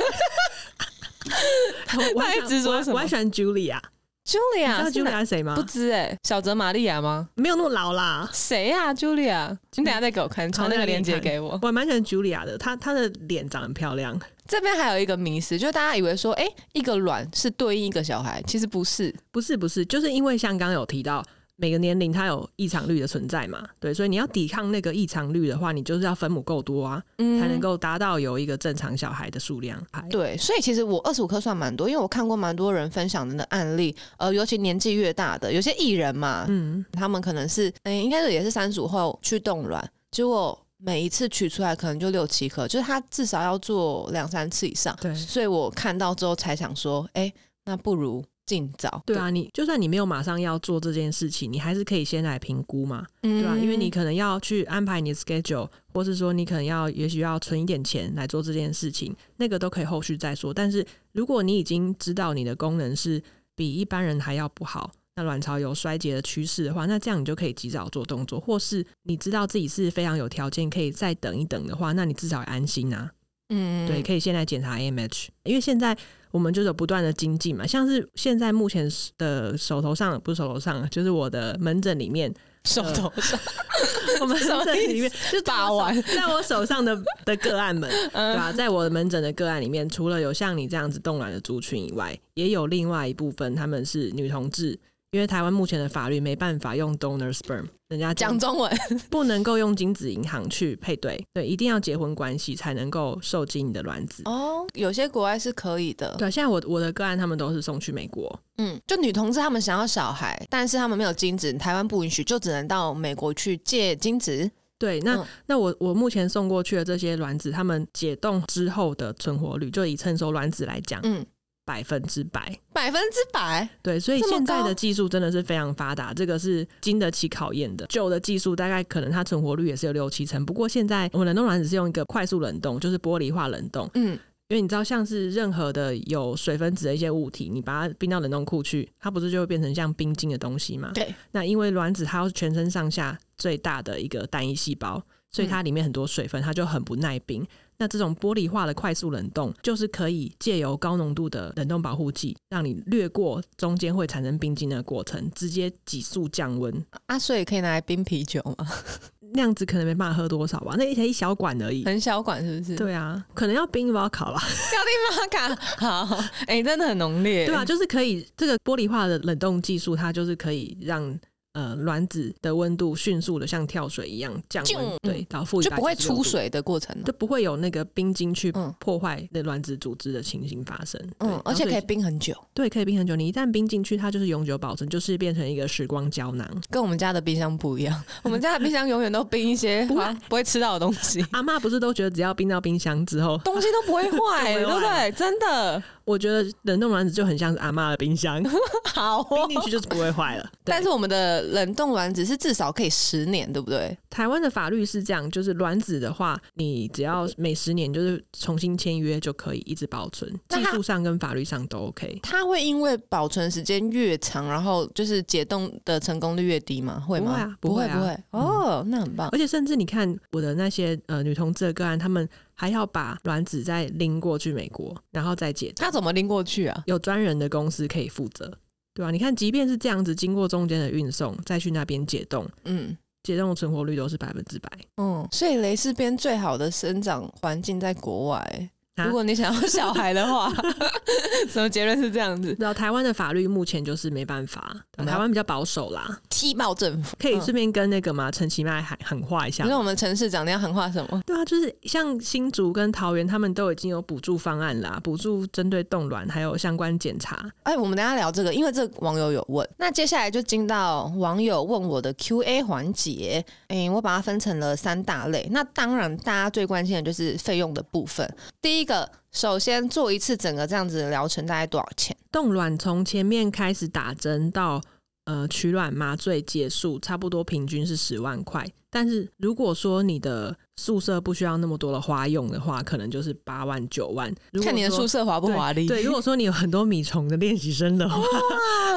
[SPEAKER 2] 我我还
[SPEAKER 1] (laughs) 他一
[SPEAKER 2] 想
[SPEAKER 1] 直说
[SPEAKER 2] 我还
[SPEAKER 1] 什么
[SPEAKER 2] 我还喜欢 Julia，你知
[SPEAKER 1] Julia
[SPEAKER 2] 道
[SPEAKER 1] 是哪
[SPEAKER 2] Julia 是谁吗
[SPEAKER 1] 不？知哎、小泽玛利亚吗？
[SPEAKER 2] 没有那么老啦，
[SPEAKER 1] 谁呀、j u l i a 你等一下再给我看，传那个链接给我。
[SPEAKER 2] 我还蛮喜欢 Julia 的，她她的脸长得很漂亮。
[SPEAKER 1] 这边还有一个迷思，就是大家以为说，哎、一个卵是对应一个小孩，其实不是。
[SPEAKER 2] 不是不是，就是因为像刚刚有提到，每个年龄它有异常率的存在嘛，对，所以你要抵抗那个异常率的话，你就是要分母够多啊，
[SPEAKER 1] 嗯
[SPEAKER 2] 才能够达到有一个正常小孩的数量。还
[SPEAKER 1] 对，所以其实我二十五颗算蛮多，因为我看过蛮多人分享的那案例，呃，尤其年纪越大的，有些艺人嘛，
[SPEAKER 2] 嗯，
[SPEAKER 1] 他们可能是，嗯、应该是也是三十五后去冻卵，结果每一次取出来可能就六七颗，就是他至少要做两三次以上。
[SPEAKER 2] 对
[SPEAKER 1] 所以我看到之后才想说，哎、那不如尽早。
[SPEAKER 2] 对啊，你就算你没有马上要做这件事情，你还是可以先来评估嘛，
[SPEAKER 1] 嗯，
[SPEAKER 2] 对吧、啊因为你可能要去安排你的 schedule，或是说你可能要也许要存一点钱来做这件事情，那个都可以后续再说。但是如果你已经知道你的功能是比一般人还要不好，那卵巢有衰竭的趋势的话，那这样你就可以及早做动作，或是你知道自己是非常有条件可以再等一等的话，那你至少也安心啊。
[SPEAKER 1] 嗯，
[SPEAKER 2] 对，可以先来检查 AMH，因为现在我们就是有不断的精进嘛，像是现在目前的手头上不是手头上，啊就是我的门诊里面，
[SPEAKER 1] 手头
[SPEAKER 2] 呃
[SPEAKER 1] 上， (laughs)
[SPEAKER 2] 我们
[SPEAKER 1] 什么
[SPEAKER 2] 门诊
[SPEAKER 1] 意
[SPEAKER 2] 里面就
[SPEAKER 1] 把玩
[SPEAKER 2] 在我手上的的个案们，对
[SPEAKER 1] 嗯
[SPEAKER 2] 吧、在我的门诊的个案里面，除了有像你这样子冻卵的族群以外，也有另外一部分他们是女同志，因为台湾目前的法律没办法用 donor sperm，人家
[SPEAKER 1] 讲中
[SPEAKER 2] (laughs)
[SPEAKER 1] 文，
[SPEAKER 2] 不能够用精子银行去配对，对，一定要结婚关系才能够受精你的卵子。
[SPEAKER 1] 哦，有些国外是可以的。
[SPEAKER 2] 对，啊现在我我的个案他们都是送去美国，
[SPEAKER 1] 嗯，就女同志她们想要小孩，但是她们没有精子，台湾不允许，就只能到美国去借精子。
[SPEAKER 2] 对，那、
[SPEAKER 1] 嗯
[SPEAKER 2] 那我我目前送过去的这些卵子，他们解冻之后的存活率，就以成熟卵子来讲，
[SPEAKER 1] 嗯，
[SPEAKER 2] 百分之百。
[SPEAKER 1] 百分之百。
[SPEAKER 2] 对，所以
[SPEAKER 1] 这么
[SPEAKER 2] 现在
[SPEAKER 1] 高
[SPEAKER 2] 的技术真的是非常发达，这个是经得起考验的。旧的技术大概可能它存活率也是有六七成，不过现在我们冷冻卵只是用一个快速冷冻，就是玻璃化冷冻，
[SPEAKER 1] 嗯，
[SPEAKER 2] 因为你知道，像是任何的有水分子的一些物体，你把它冰到冷冻库去，它不是就会变成像冰晶的东西吗？
[SPEAKER 1] 对，
[SPEAKER 2] 那因为卵子它是全身上下最大的一个单一细胞，所以它里面很多水分，它就很不耐冰。那这种玻璃化的快速冷冻，就是可以借由高浓度的冷冻保护剂，让你略过中间会产生冰晶的过程，直接急速降温。
[SPEAKER 1] 啊，所以可以拿来冰啤酒吗？
[SPEAKER 2] 那样子可能没办法喝多少吧，那也才一小管而
[SPEAKER 1] (laughs)
[SPEAKER 2] 已。
[SPEAKER 1] 很小管是不是？，
[SPEAKER 2] 对啊，可能要冰包烤吧。
[SPEAKER 1] 要丁玛卡，好，哎、真的很浓烈，
[SPEAKER 2] 对啊，就是可以这个玻璃化的冷冻技术，它就是可以让呃卵子的温度迅速的像跳水一样降温
[SPEAKER 1] 就，
[SPEAKER 2] 对，到负
[SPEAKER 1] 就不会
[SPEAKER 2] 176
[SPEAKER 1] 出
[SPEAKER 2] 度，
[SPEAKER 1] 水的过程、啊
[SPEAKER 2] 就不会有那个冰晶去
[SPEAKER 1] 嗯
[SPEAKER 2] 破坏那卵子组织的情形发生。对
[SPEAKER 1] 嗯，而且可以
[SPEAKER 2] 然后所
[SPEAKER 1] 冰很久，
[SPEAKER 2] 对，可以冰很久。你一旦冰进去，它就是永久保存，就是变成一个时光胶囊。
[SPEAKER 1] 跟我们家的冰箱不一 (laughs) 样。我们家的冰箱永远都冰一些
[SPEAKER 2] 不会，
[SPEAKER 1] 好像不会吃到的东西
[SPEAKER 2] 阿妈不是都觉得只要冰到冰箱之后，
[SPEAKER 1] (laughs) 东西都 (laughs) 不会坏，对
[SPEAKER 2] 都
[SPEAKER 1] 不
[SPEAKER 2] 不会
[SPEAKER 1] 对？真的
[SPEAKER 2] 我觉得冷冻卵子就很像是阿妈的
[SPEAKER 1] (laughs)
[SPEAKER 2] 冰箱，
[SPEAKER 1] 好、
[SPEAKER 2] 冰
[SPEAKER 1] 哦。
[SPEAKER 2] 进去就是不会坏了。对
[SPEAKER 1] 但是我们的冷冻卵子是至少可以十年，对不对？
[SPEAKER 2] 台湾的法律是这样，就是卵子的话，你只要每十年就是重新签约就可以一直保存，
[SPEAKER 1] 那
[SPEAKER 2] 技
[SPEAKER 1] 它
[SPEAKER 2] 术上跟法律上都 OK。
[SPEAKER 1] 它会因为保存时间越长，然后就是解冻的成功率越低吗？会
[SPEAKER 2] 不会
[SPEAKER 1] 吗
[SPEAKER 2] 啊？
[SPEAKER 1] 不
[SPEAKER 2] 不会
[SPEAKER 1] 不会
[SPEAKER 2] 啊。
[SPEAKER 1] 哦，那很棒。
[SPEAKER 2] 而且甚至你看我的那些呃女同志的个案，她们还要把卵子再拎过去美国，然后再解，
[SPEAKER 1] 他怎么拎过去啊？
[SPEAKER 2] 有专人的公司可以负责，对吧、你看，即便是这样子，经过中间的运送，再去那边解冻，
[SPEAKER 1] 嗯
[SPEAKER 2] 解冻的存活率都是百分之百。
[SPEAKER 1] 嗯，所以蕾丝边最好的生长环境在国外、
[SPEAKER 2] 啊
[SPEAKER 1] 如果你想要小孩的 (laughs) 话，什么结论是这样子？
[SPEAKER 2] 然后台湾的法律目前就是没办法，
[SPEAKER 1] 我们要
[SPEAKER 2] 台湾比较保守啦，
[SPEAKER 1] 踢爆政府
[SPEAKER 2] 可以
[SPEAKER 1] 啊嗯
[SPEAKER 2] 顺便跟那个嘛陈其迈喊喊话一下
[SPEAKER 1] 你
[SPEAKER 2] 吗
[SPEAKER 1] 说我们城市长那样狠话什么？
[SPEAKER 2] 对啊，就是像新竹跟桃园，他们都已经有补助方案啦，补助针对冻卵还有相关检查。
[SPEAKER 1] 哎，我们等一下聊这个，因为这个网友有问。那接下来就进到网友问我的 Q&A 环节。哎，我把它分成了三大类。那当然，大家最关心的就是费用的部分。第一个，首先做一次整个这样子的疗程大概多少钱？
[SPEAKER 2] 冻卵从前面开始打针到呃取卵麻醉结束，差不多平均是十万块。但是如果说你的宿舍不需要那么多的花用的话，可能就是八万九万。如果
[SPEAKER 1] 看你的
[SPEAKER 2] 说
[SPEAKER 1] 宿舍华不
[SPEAKER 2] 对
[SPEAKER 1] 华丽？
[SPEAKER 2] 对，如果说你有很多米虫的练习生的话，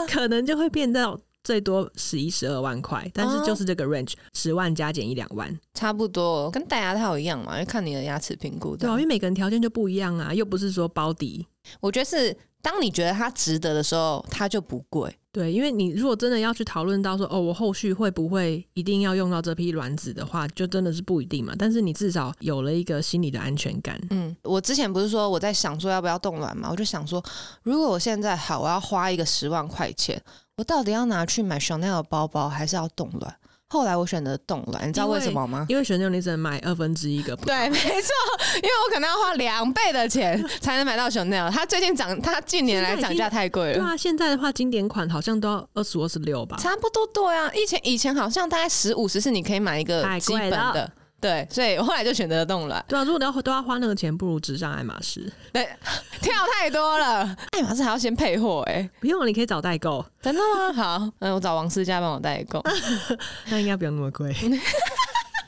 [SPEAKER 2] 可能就会变到最多十一十二万块。但是
[SPEAKER 1] 哦
[SPEAKER 2] 就是这个 range，十、0万加减一两万。
[SPEAKER 1] (laughs) 差不多跟戴牙套一样嘛，就看你的牙齿评估
[SPEAKER 2] 对
[SPEAKER 1] 的。
[SPEAKER 2] 啊，因为每个人条件就不一样啊，又不是说包底。
[SPEAKER 1] 我觉得是当你觉得它值得的时候，它就不贵。
[SPEAKER 2] 对，因为你如果真的要去讨论到说，哦，我后续会不会一定要用到这批卵子的话，就真的是不一定嘛。但是你至少有了一个心理的安全感。
[SPEAKER 1] 嗯，我之前不是说我在想说要不要冻卵嘛，我就想说，如果我现在好，我要花一个十万块钱，我到底要拿去买 Chanel 的包包，还是要冻卵？后来我选择冻卵，你知道为什么吗？
[SPEAKER 2] 因为选择你只能买二分之一个，
[SPEAKER 1] 对，没错，因为我可能要花两倍的钱才能买到 Chanel，它最近涨，它近年来涨价太贵
[SPEAKER 2] 对
[SPEAKER 1] 了。
[SPEAKER 2] 啊，现在的话经典款好像都要二十五、二十六吧。
[SPEAKER 1] 差不多对啊，以前以前好像大概十五十是你可以买一个
[SPEAKER 2] 太
[SPEAKER 1] 基
[SPEAKER 2] 贵
[SPEAKER 1] 本
[SPEAKER 2] 了
[SPEAKER 1] 的，对，所以我后来就选择了冻卵。
[SPEAKER 2] 对啊，如果你要都要花那个钱，不如直上爱马仕。
[SPEAKER 1] 对， (laughs) 跳太多了，爱马仕还要先配货哎、
[SPEAKER 2] 不用，你可以找代购，
[SPEAKER 1] 真的吗？好， (laughs) 嗯，我找王思佳帮我代购。
[SPEAKER 2] 那应该不用那么贵。
[SPEAKER 1] (laughs) 嗯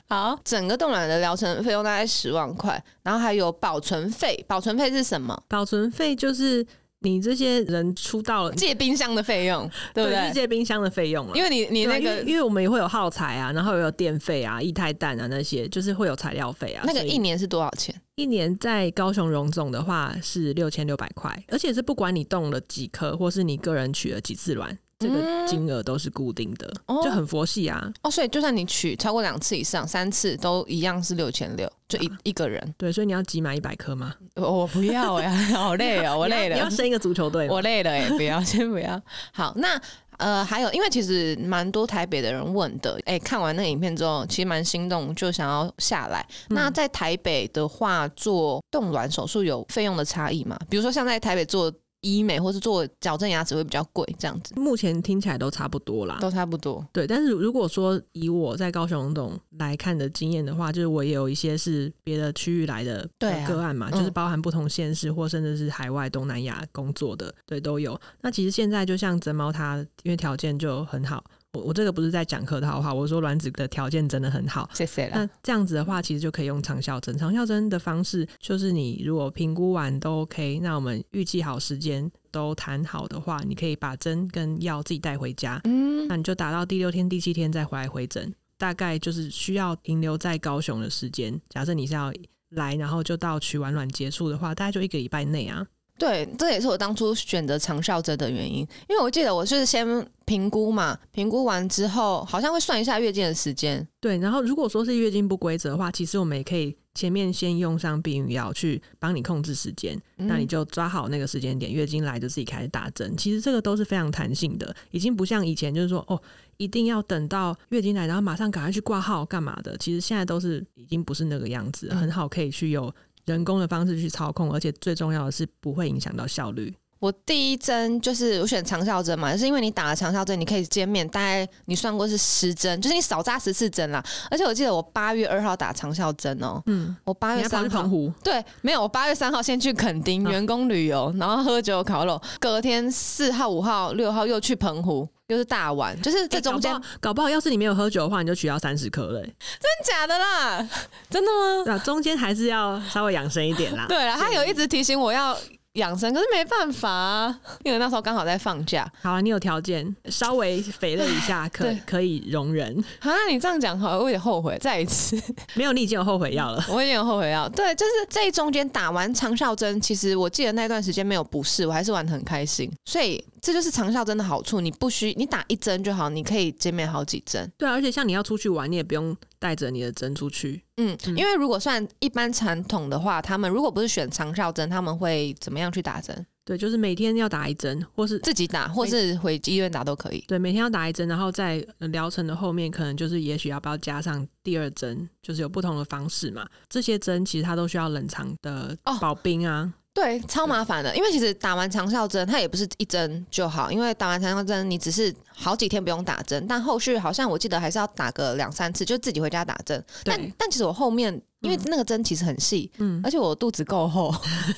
[SPEAKER 1] 好，整个冻卵的疗程费用大概十万块，然后还有保存费，保存费是什么？
[SPEAKER 2] 保存费就是你这些人出道了，
[SPEAKER 1] (laughs) 借冰箱的费用，对不
[SPEAKER 2] 世
[SPEAKER 1] 对？
[SPEAKER 2] 界冰箱的费用了。
[SPEAKER 1] 因为你你
[SPEAKER 2] 对
[SPEAKER 1] 那
[SPEAKER 2] 啊因为
[SPEAKER 1] 个
[SPEAKER 2] 因为我们也会有耗材啊，然后也有电费啊、液态氮啊那些，就是会有材料费啊。
[SPEAKER 1] 那个
[SPEAKER 2] 所以
[SPEAKER 1] 一年是多少钱？
[SPEAKER 2] 一年在高雄荣总的话是六千六百块，而且是不管你动了几颗，或是你个人取了几次卵，这个金额都是固定的，
[SPEAKER 1] 哦
[SPEAKER 2] 就很佛系啊。
[SPEAKER 1] 哦，所以就算你取超过两次以上，三次都一样是六千六，就 (laughs) 一、一个人。
[SPEAKER 2] 对，所以你要集满一百颗吗？
[SPEAKER 1] 我我不要哎、 (laughs) 好累哦，我累了
[SPEAKER 2] 你要你要，生一个足球队
[SPEAKER 1] (laughs)
[SPEAKER 2] 吗？
[SPEAKER 1] 我累了哎、不要，先不要。好，那呃，还有，因为其实蛮多台北的人问的，哎、看完那个影片之后，其实蛮心动，就想要下来。那在台北的话，做冻卵手术有费用的差异吗？比如说像在台北做医美或是做矫正牙齿会比较贵，这样子
[SPEAKER 2] 目前听起来都差不多啦。
[SPEAKER 1] 都差不多。
[SPEAKER 2] 对，但是如果说以我在高雄总来看的经验的话，就是我也有一些是别的区域来的
[SPEAKER 1] 对
[SPEAKER 2] 呃
[SPEAKER 1] 啊
[SPEAKER 2] 个案嘛，就是
[SPEAKER 1] 嗯
[SPEAKER 2] 包含不同县市或甚至是海外东南亚工作的，对都有。那其实现在就像真猫它因为条件就很好，我我这个不是在讲客套话，我说卵子的条件真的很好。
[SPEAKER 1] 谢谢啦。
[SPEAKER 2] 那这样子的话，其实就可以用长效针。长效针的方式就是，你如果评估完都 OK，那我们预计好时间都谈好的话，你可以把针跟药自己带回家。
[SPEAKER 1] 嗯，
[SPEAKER 2] 那你就打到第六天、第七天再回来回诊，大概就是需要停留在高雄的时间。假设你是要来，然后就到取完卵结束的话，大概就一个礼拜内啊。
[SPEAKER 1] 对，这也是我当初选择长效针的原因，因为我记得我是先评估嘛，评估完之后好像会算一下月经的时间，
[SPEAKER 2] 对，然后如果说是月经不规则的话，其实我们也可以前面先用上避孕药去帮你控制时间，
[SPEAKER 1] 嗯
[SPEAKER 2] 那你就抓好那个时间点，月经来就自己开始打针。其实这个都是非常弹性的，已经不像以前就是说哦，一定要等到月经来，然后马上赶快去挂号干嘛的。其实现在都是已经不是那个样子了，
[SPEAKER 1] 嗯
[SPEAKER 2] 很好可以去有人工的方式去操控，而且最重要的是不会影响到效率。
[SPEAKER 1] 我第一针就是我选长效针嘛，就是因为你打了长效针，你可以减免大概你算过是十针，就是你少扎十次针啦。而且我记得我八月二号打长效针哦、
[SPEAKER 2] 嗯，
[SPEAKER 1] 我八
[SPEAKER 2] 你
[SPEAKER 1] 月
[SPEAKER 2] 要跑
[SPEAKER 1] 三
[SPEAKER 2] 去澎
[SPEAKER 1] 号
[SPEAKER 2] 湖，
[SPEAKER 1] 对，没有，我八月三号先去垦丁
[SPEAKER 2] 啊
[SPEAKER 1] 员工旅游，然后喝酒烤肉，隔天四号、五号、六号又去澎湖，又是大玩，就是这
[SPEAKER 2] 哎
[SPEAKER 1] 中间、
[SPEAKER 2] 搞不好搞不好要是你没有喝酒的话，你就取到三十颗了、欸。
[SPEAKER 1] 真假的啦，真的吗？
[SPEAKER 2] 那中间还是要稍微养生一点
[SPEAKER 1] (laughs)
[SPEAKER 2] 啦。
[SPEAKER 1] 对了，他有一直提醒我要养生，可是没办法、啊，因为那时候刚好在放假
[SPEAKER 2] 好啊，你有条件，稍微肥了一
[SPEAKER 1] (laughs)
[SPEAKER 2] 下，可
[SPEAKER 1] 对
[SPEAKER 2] 可以容忍。
[SPEAKER 1] 啊。你这样讲好，我有点后悔，再一次。
[SPEAKER 2] 没有，你已经有后悔药
[SPEAKER 1] (laughs)
[SPEAKER 2] 了。
[SPEAKER 1] 我有点后悔药。对，就是这中间打完长效针，其实我记得那段时间没有不适，我还是玩的很开心。所以这就是长效针的好处，你不需你打一针就好，你可以减免好几针。
[SPEAKER 2] 对啊，而且像你要出去玩，你也不用带着你的针出去。
[SPEAKER 1] 嗯，因为如果算一般传统的话，他们如果不是选长效针，他们会怎么样去打针？
[SPEAKER 2] 对，就是每天要打一针，或是
[SPEAKER 1] 自己打，或是回医院打都可以。
[SPEAKER 2] 对每天要打一针，然后在呃疗程的后面，可能就是也许要不要加上第二针，就是有不同的方式嘛。这些针其实它都需要冷藏的
[SPEAKER 1] 哦
[SPEAKER 2] 保冰啊。
[SPEAKER 1] 对，超麻烦的，因为其实打完长效针，它也不是一针就好，因为打完长效针，你只是好几天不用打针，但后续好像我记得还是要打个两三次，就自己回家打针。但
[SPEAKER 2] 对，
[SPEAKER 1] 但其实我后面，因为那个针其实很细，
[SPEAKER 2] 嗯，
[SPEAKER 1] 而且我肚子够
[SPEAKER 2] (laughs)
[SPEAKER 1] 厚， (laughs)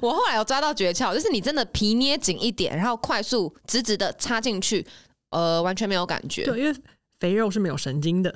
[SPEAKER 1] 我后来有抓到诀窍，就是你真的皮捏紧一点，然后快速直直的插进去，呃，完全没有感觉。
[SPEAKER 2] 对，因为肥肉是没有神经的。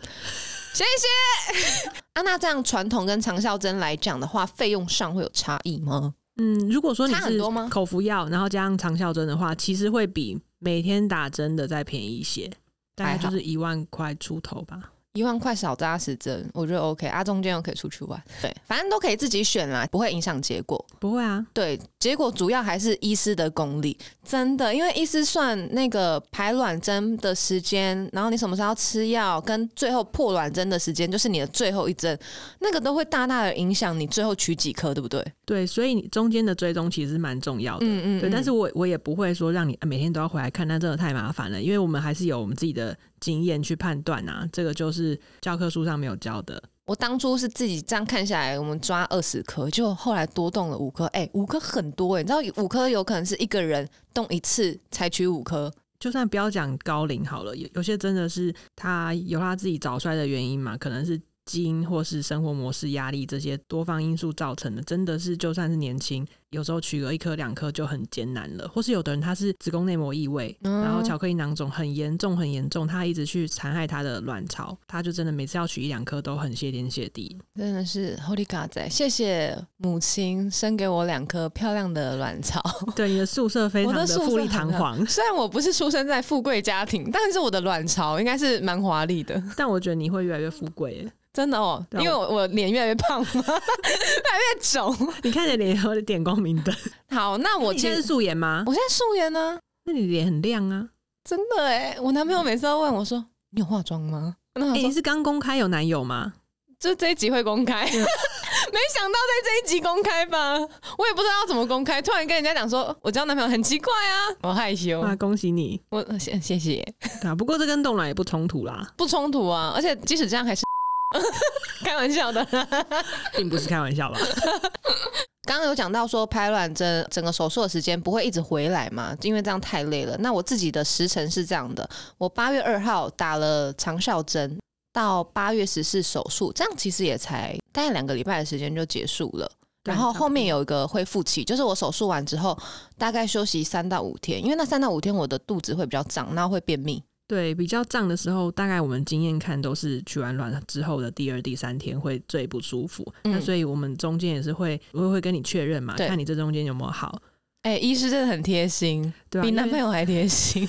[SPEAKER 1] 谢谢。 (laughs) 啊，那这样传统跟长效针来讲的话，费用上会有差异吗？
[SPEAKER 2] 嗯，如果说你
[SPEAKER 1] 差很
[SPEAKER 2] 是
[SPEAKER 1] 多吗
[SPEAKER 2] 口服药，然后加上长效针的话，其实会比每天打针的再便宜一些，大概
[SPEAKER 1] 还好
[SPEAKER 2] 就是一万块出头吧。
[SPEAKER 1] 一万块少扎十针，我觉得 OK 啊，中间又可以出去玩，对，反正都可以自己选啦，不会影响结果。
[SPEAKER 2] 不会啊，
[SPEAKER 1] 对，结果主要还是医师的功力，真的，因为医师算那个排卵针的时间，然后你什么时候要吃药，跟最后破卵针的时间，就是你的最后一针，那个都会大大的影响你最后取几颗，对不对？
[SPEAKER 2] 对，所以你中间的追踪其实蛮重要的。
[SPEAKER 1] 嗯嗯
[SPEAKER 2] 对，但是我我也不会说让你啊每天都要回来看，那真的太麻烦了，因为我们还是有我们自己的经验去判断啊，这个就是教科书上没有教的。
[SPEAKER 1] 我当初是自己这样看下来，我们抓二十颗，就后来多动了五颗。哎、五颗很多哎、你知道五颗有可能是一个人动一次才取五颗，
[SPEAKER 2] 就算不要讲高龄好了，有有些真的是他有他自己早衰的原因嘛，可能是基因或是生活模式、压力这些多方因素造成的。真的是就算是年轻，有时候取个一颗两颗就很艰难了，或是有的人他是子宫内膜异位，
[SPEAKER 1] 嗯
[SPEAKER 2] 然后巧克力囊肿很严重很严重，他一直去残害他的卵巢，他就真的每次要取一两颗都很谢天谢地。
[SPEAKER 1] 真的是 Holy God 仔，谢谢母亲生给我两颗漂亮的卵巢。 (laughs)
[SPEAKER 2] 对，你的宿舍非常
[SPEAKER 1] 哦我
[SPEAKER 2] 的
[SPEAKER 1] 的宿舍
[SPEAKER 2] 富丽堂
[SPEAKER 1] 很 (laughs)
[SPEAKER 2] 皇，
[SPEAKER 1] 虽然我不是出生在富贵家庭，但是我的卵巢应该是蛮华丽的，
[SPEAKER 2] 但我觉得你会越来越富贵耶。
[SPEAKER 1] 真的哦。
[SPEAKER 2] 对
[SPEAKER 1] 因
[SPEAKER 2] 啊
[SPEAKER 1] 为我我脸越来越胖
[SPEAKER 2] (laughs)
[SPEAKER 1] 嘛，越来越肿。
[SPEAKER 2] 你看着脸有点光明灯，
[SPEAKER 1] 好，那我
[SPEAKER 2] 你
[SPEAKER 1] 其
[SPEAKER 2] 现在
[SPEAKER 1] 实
[SPEAKER 2] 是素颜吗？
[SPEAKER 1] 我现在素颜呢、
[SPEAKER 2] 那你脸很亮啊。
[SPEAKER 1] 真的哎。我男朋友每次都问我说：“你有化妆吗？”那我
[SPEAKER 2] 哎、
[SPEAKER 1] 说
[SPEAKER 2] 你：“是刚公开有男友吗？
[SPEAKER 1] 就这一集会公 (laughs) 开。”没
[SPEAKER 2] 啊
[SPEAKER 1] 想到在这一集公开吧，我也不知道要怎么公开。突然跟人家讲说，我交男朋友很奇怪啊，我害羞，
[SPEAKER 2] 哇，恭喜你！
[SPEAKER 1] 我呃谢谢谢。
[SPEAKER 2] 对啊，不过这跟冻卵也不冲突啦，
[SPEAKER 1] (laughs) 不冲突啊，而且即使这样还是 (laughs) 开玩笑的。
[SPEAKER 2] 并不是开玩笑吧？
[SPEAKER 1] (laughs) 刚刚有讲到说排卵针整个手术的时间不会一直回来嘛，因为这样太累了。那我自己的时程是这样的，我八月二号打了长效针，到八月十四手术，这样其实也才大概两个礼拜的时间就结束了。
[SPEAKER 2] 对
[SPEAKER 1] 然后后面
[SPEAKER 2] 差
[SPEAKER 1] 有一个恢复期，就是我手术完之后大概休息三到五天，因为那三到五天我的肚子会比较胀，然后会便秘。
[SPEAKER 2] 对，比较胀的时候，大概我们经验看都是取完卵之后的第二、第三天会最不舒服。
[SPEAKER 1] 嗯
[SPEAKER 2] 那所以我们中间也是会，我会跟你确认嘛，
[SPEAKER 1] 对
[SPEAKER 2] 看你这中间有没有好，
[SPEAKER 1] 哎、医师真的很贴心，
[SPEAKER 2] 对啊，
[SPEAKER 1] 比
[SPEAKER 2] 因为
[SPEAKER 1] 男朋友还贴
[SPEAKER 2] (laughs)
[SPEAKER 1] 心。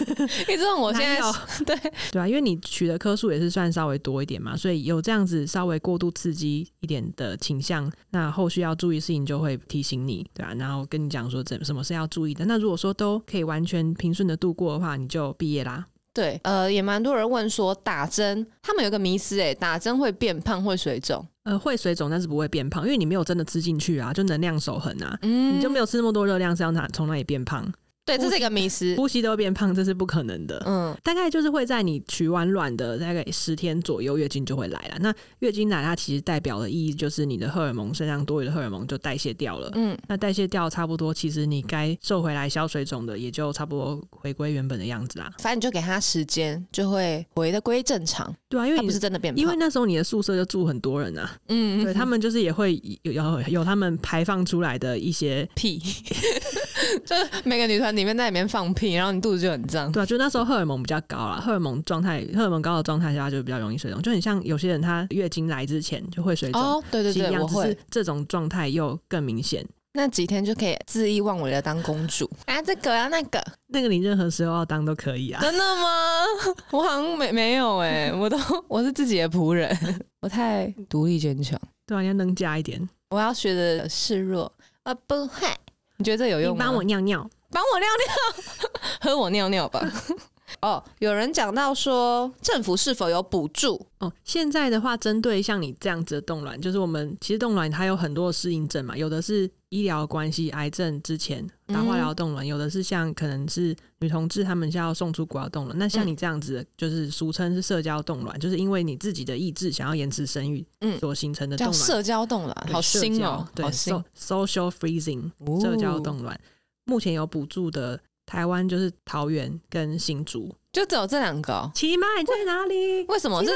[SPEAKER 1] 你知道我现在
[SPEAKER 2] 哪有
[SPEAKER 1] (laughs) 对
[SPEAKER 2] 对啊，因为你取的颗数也是算稍微多一点嘛，所以有这样子稍微过度刺激一点的倾向，那后续要注意事情就会提醒你，对啊，然后跟你讲说怎什么是要注意的。那如果说都可以完全平顺的度过的话，你就毕业啦。
[SPEAKER 1] 对，呃，也蛮多人问说打针，他们有个迷思、哎，打针会变胖会水肿，
[SPEAKER 2] 呃，会水肿，但是不会变胖，因为你没有真的吃进去啊，就能量守恒啊，
[SPEAKER 1] 嗯
[SPEAKER 2] 你就没有吃那么多热量，是要哪从哪里变胖？
[SPEAKER 1] 对，这是一个迷思。
[SPEAKER 2] 呼吸都会变胖，这是不可能的。
[SPEAKER 1] 嗯，
[SPEAKER 2] 大概就是会在你取完卵的大概十天左右，月经就会来了。那月经来，它其实代表的意义就是你的荷尔蒙身上多余的荷尔蒙就代谢掉了。
[SPEAKER 1] 嗯，
[SPEAKER 2] 那代谢掉差不多，其实你该瘦回来、消水肿的也就差不多回归原本的样子啦。
[SPEAKER 1] 反正你就给他时间，就会回的归正常。
[SPEAKER 2] 对啊，因为
[SPEAKER 1] 他不
[SPEAKER 2] 你
[SPEAKER 1] 是真的变胖，
[SPEAKER 2] 因为那时候你的宿舍就住很多人啊，
[SPEAKER 1] 嗯，
[SPEAKER 2] 对他们就是也会有有有他们排放出来的一些。
[SPEAKER 1] 屁， (laughs) 就是每个女团里面在里面放屁，然后你肚子就很胀。
[SPEAKER 2] 对啊，就那时候荷尔蒙比较高啦，荷尔蒙状态，荷尔蒙高的状态下就比较容易水肿，就很像有些人他月经来之前就会水肿，
[SPEAKER 1] 哦，对对
[SPEAKER 2] 一
[SPEAKER 1] 对，
[SPEAKER 2] 样，
[SPEAKER 1] 我
[SPEAKER 2] 只
[SPEAKER 1] 会
[SPEAKER 2] 是这种状态又更明显。
[SPEAKER 1] 那几天就可以恣意妄为的当公主啊，这个啊那个，
[SPEAKER 2] 那个你任何时候要当都可以
[SPEAKER 1] (laughs)
[SPEAKER 2] 啊。
[SPEAKER 1] 真的吗？我好像没没有哎、 (laughs) 我都我是自己的仆人， (laughs) 我太独立坚强，
[SPEAKER 2] 对啊，你要能加一点。
[SPEAKER 1] 我要学的示弱，啊不会，你觉得这有
[SPEAKER 2] 你
[SPEAKER 1] 用吗？
[SPEAKER 2] 帮我尿尿，
[SPEAKER 1] 帮我尿尿， (laughs) 喝我尿尿吧。 (laughs) 哦，有人讲到说政府是否有补助？
[SPEAKER 2] 哦，现在的话，针对像你这样子的冻卵，就是我们其实冻卵它有很多的适应症嘛，有的是医疗关系，癌症之前
[SPEAKER 1] 嗯
[SPEAKER 2] 打化疗冻卵，有的是像可能是女同志她们是要送出国要冻卵，那
[SPEAKER 1] 嗯
[SPEAKER 2] 像你这样子的，就是俗称是社交冻卵，就是因为你自己的意志想要延迟生育，
[SPEAKER 1] 嗯
[SPEAKER 2] 所形成的冻
[SPEAKER 1] 叫
[SPEAKER 2] 卵。
[SPEAKER 1] 社交动了，
[SPEAKER 2] 对
[SPEAKER 1] 好
[SPEAKER 2] 社
[SPEAKER 1] 新
[SPEAKER 2] 交
[SPEAKER 1] 哦，
[SPEAKER 2] 对
[SPEAKER 1] 好新
[SPEAKER 2] ，so-。social freezing
[SPEAKER 1] 哦
[SPEAKER 2] 社交动乱，目前有补助的台湾就是桃园跟新竹。
[SPEAKER 1] 就只有这两个、哦。
[SPEAKER 2] 奇迈在哪里？
[SPEAKER 1] 为什么是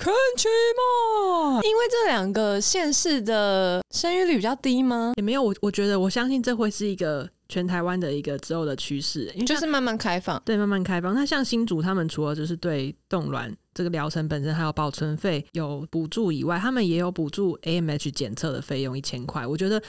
[SPEAKER 1] 昆曲嘛？因为这两个县市的生育率比较低吗？
[SPEAKER 2] 也没有，我我觉得我相信这会是一个全台湾的一个之后的趋势，因为
[SPEAKER 1] 就
[SPEAKER 2] 像
[SPEAKER 1] 是慢慢开放。
[SPEAKER 2] 对慢慢开放。那像新竹他们除了就是对冻卵这个疗程本身还有保存费有补助以外，他们也有补助 AMH 检测的费用一千块。我觉得。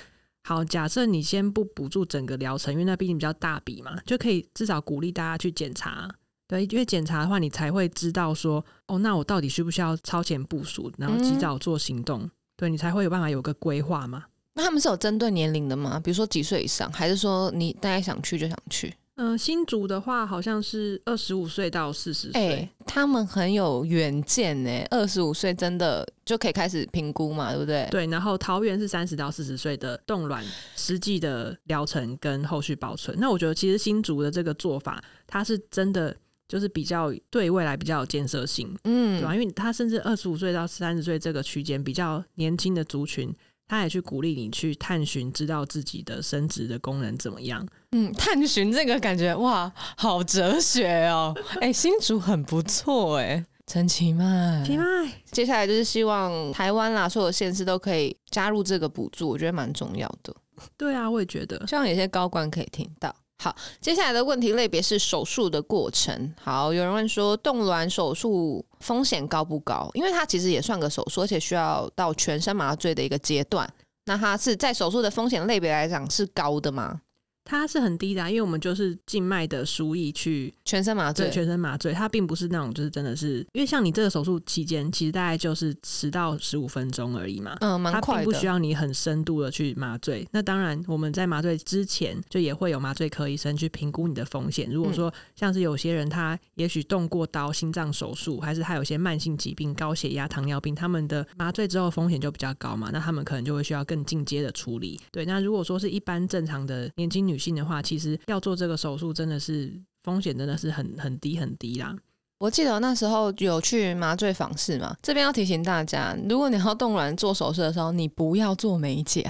[SPEAKER 2] 好，假设你先不补助整个疗程，因为那毕竟比较大笔嘛，就可以至少鼓励大家去检查。对，因为检查的话，你才会知道说，哦，那我到底需不需要超前部署，然后及
[SPEAKER 1] 嗯
[SPEAKER 2] 早做行动，对你才会有办法有个规划嘛。
[SPEAKER 1] 那他们是有针对年龄的吗？比如说几岁以上，还是说你大概想去就想去？
[SPEAKER 2] 嗯、新竹的话好像是二十五岁到四十
[SPEAKER 1] 哎、
[SPEAKER 2] 岁，
[SPEAKER 1] 他们很有远见呢、二十五岁真的就可以开始评估嘛，对不对？
[SPEAKER 2] 对，然后桃园是三十到四十岁的冻卵实际的疗程跟后续保存。那我觉得其实新竹的这个做法，它是真的就是比较对未来比较有建设性，对吧、
[SPEAKER 1] 嗯，
[SPEAKER 2] 因为它甚至二十五岁到三十岁这个区间比较年轻的族群。他也去鼓励你去探寻，知道自己的生殖的功能怎么样。
[SPEAKER 1] 嗯，探寻这个感觉哇，好哲学哦！ (laughs) 哎、新竹很不错哎、陈其迈，
[SPEAKER 2] 奇迈，
[SPEAKER 1] 接下来就是希望台湾啦，所有县市都可以加入这个补助，我觉得蛮重要的，
[SPEAKER 2] 对啊，我也觉得。
[SPEAKER 1] 希望有些高官可以听到。好，接下来的问题类别是手术的过程。好，有人问说冻卵手术风险高不高？因为它其实也算个手术，而且需要到全身麻醉的一个阶段。那它是在手术的风险类别来讲是高的吗？
[SPEAKER 2] 它是很低的啊、因为我们就是静脉的输液去
[SPEAKER 1] 全身麻醉
[SPEAKER 2] 对，，全身麻醉，它并不是那种就是真的是，因为像你这个手术期间，其实大概就是十到十五分钟而已嘛。
[SPEAKER 1] 嗯，蛮
[SPEAKER 2] 它并
[SPEAKER 1] 快
[SPEAKER 2] 不需
[SPEAKER 1] 的。
[SPEAKER 2] 要你很深度的去麻醉。那当然，我们在麻醉之前就也会有麻醉科医生去评估你的风险。
[SPEAKER 1] 嗯
[SPEAKER 2] 如果说像是有些人他也许动过刀、心脏手术，还是他有些慢性疾病、高血压、糖尿病，他们的麻醉之后风险就比较高嘛，那他们可能就会需要更进阶的处理。对，那如果说是一般正常的年轻女性的话，其实要做这个手术真的是风险真的是很很低很低啦。
[SPEAKER 1] 我记得那时候有去麻醉访视嘛，这边要提醒大家，如果你要动卵做手术的时候，你不要做美甲。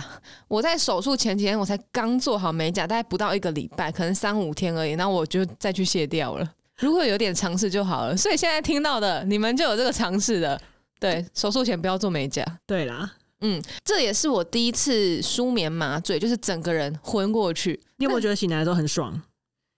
[SPEAKER 1] 我在手术前几天，我才刚做好美甲，大概不到一个礼拜，可能三五天而已，然后我就再去卸掉了。如果有点尝试就好了，所以现在听到的你们就有这个尝试的，对，手术前不要做美甲。
[SPEAKER 2] 对啦，
[SPEAKER 1] 嗯，这也是我第一次舒眠麻醉，就是整个人昏过去，
[SPEAKER 2] 你有没有觉得醒来的时候很爽？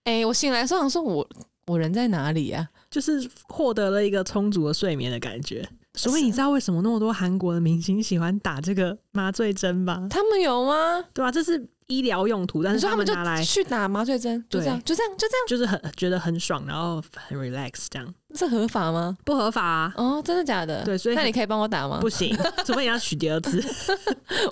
[SPEAKER 1] 哎、我醒来的时候想说我，我我人在哪里啊？
[SPEAKER 2] 就是获得了一个充足的睡眠的感觉。所以你知道为什么那么多韩国的明星喜欢打这个麻醉针吧？
[SPEAKER 1] 他们有吗？
[SPEAKER 2] 对啊吧、这是医疗用途，但
[SPEAKER 1] 你
[SPEAKER 2] 是
[SPEAKER 1] 说
[SPEAKER 2] 他
[SPEAKER 1] 他们
[SPEAKER 2] 们
[SPEAKER 1] 就啊
[SPEAKER 2] 拿来
[SPEAKER 1] 去打麻醉针，就
[SPEAKER 2] 对
[SPEAKER 1] 这样，就这样，就这样，
[SPEAKER 2] 就是很觉得很爽，然后很 relax 这样，
[SPEAKER 1] 这合法吗？
[SPEAKER 2] 不合法、啊。
[SPEAKER 1] 哦，真的假的？
[SPEAKER 2] 对所以
[SPEAKER 1] 那你可以帮我打吗？
[SPEAKER 2] (laughs) 不行，除非你要取第二次。
[SPEAKER 1] (laughs)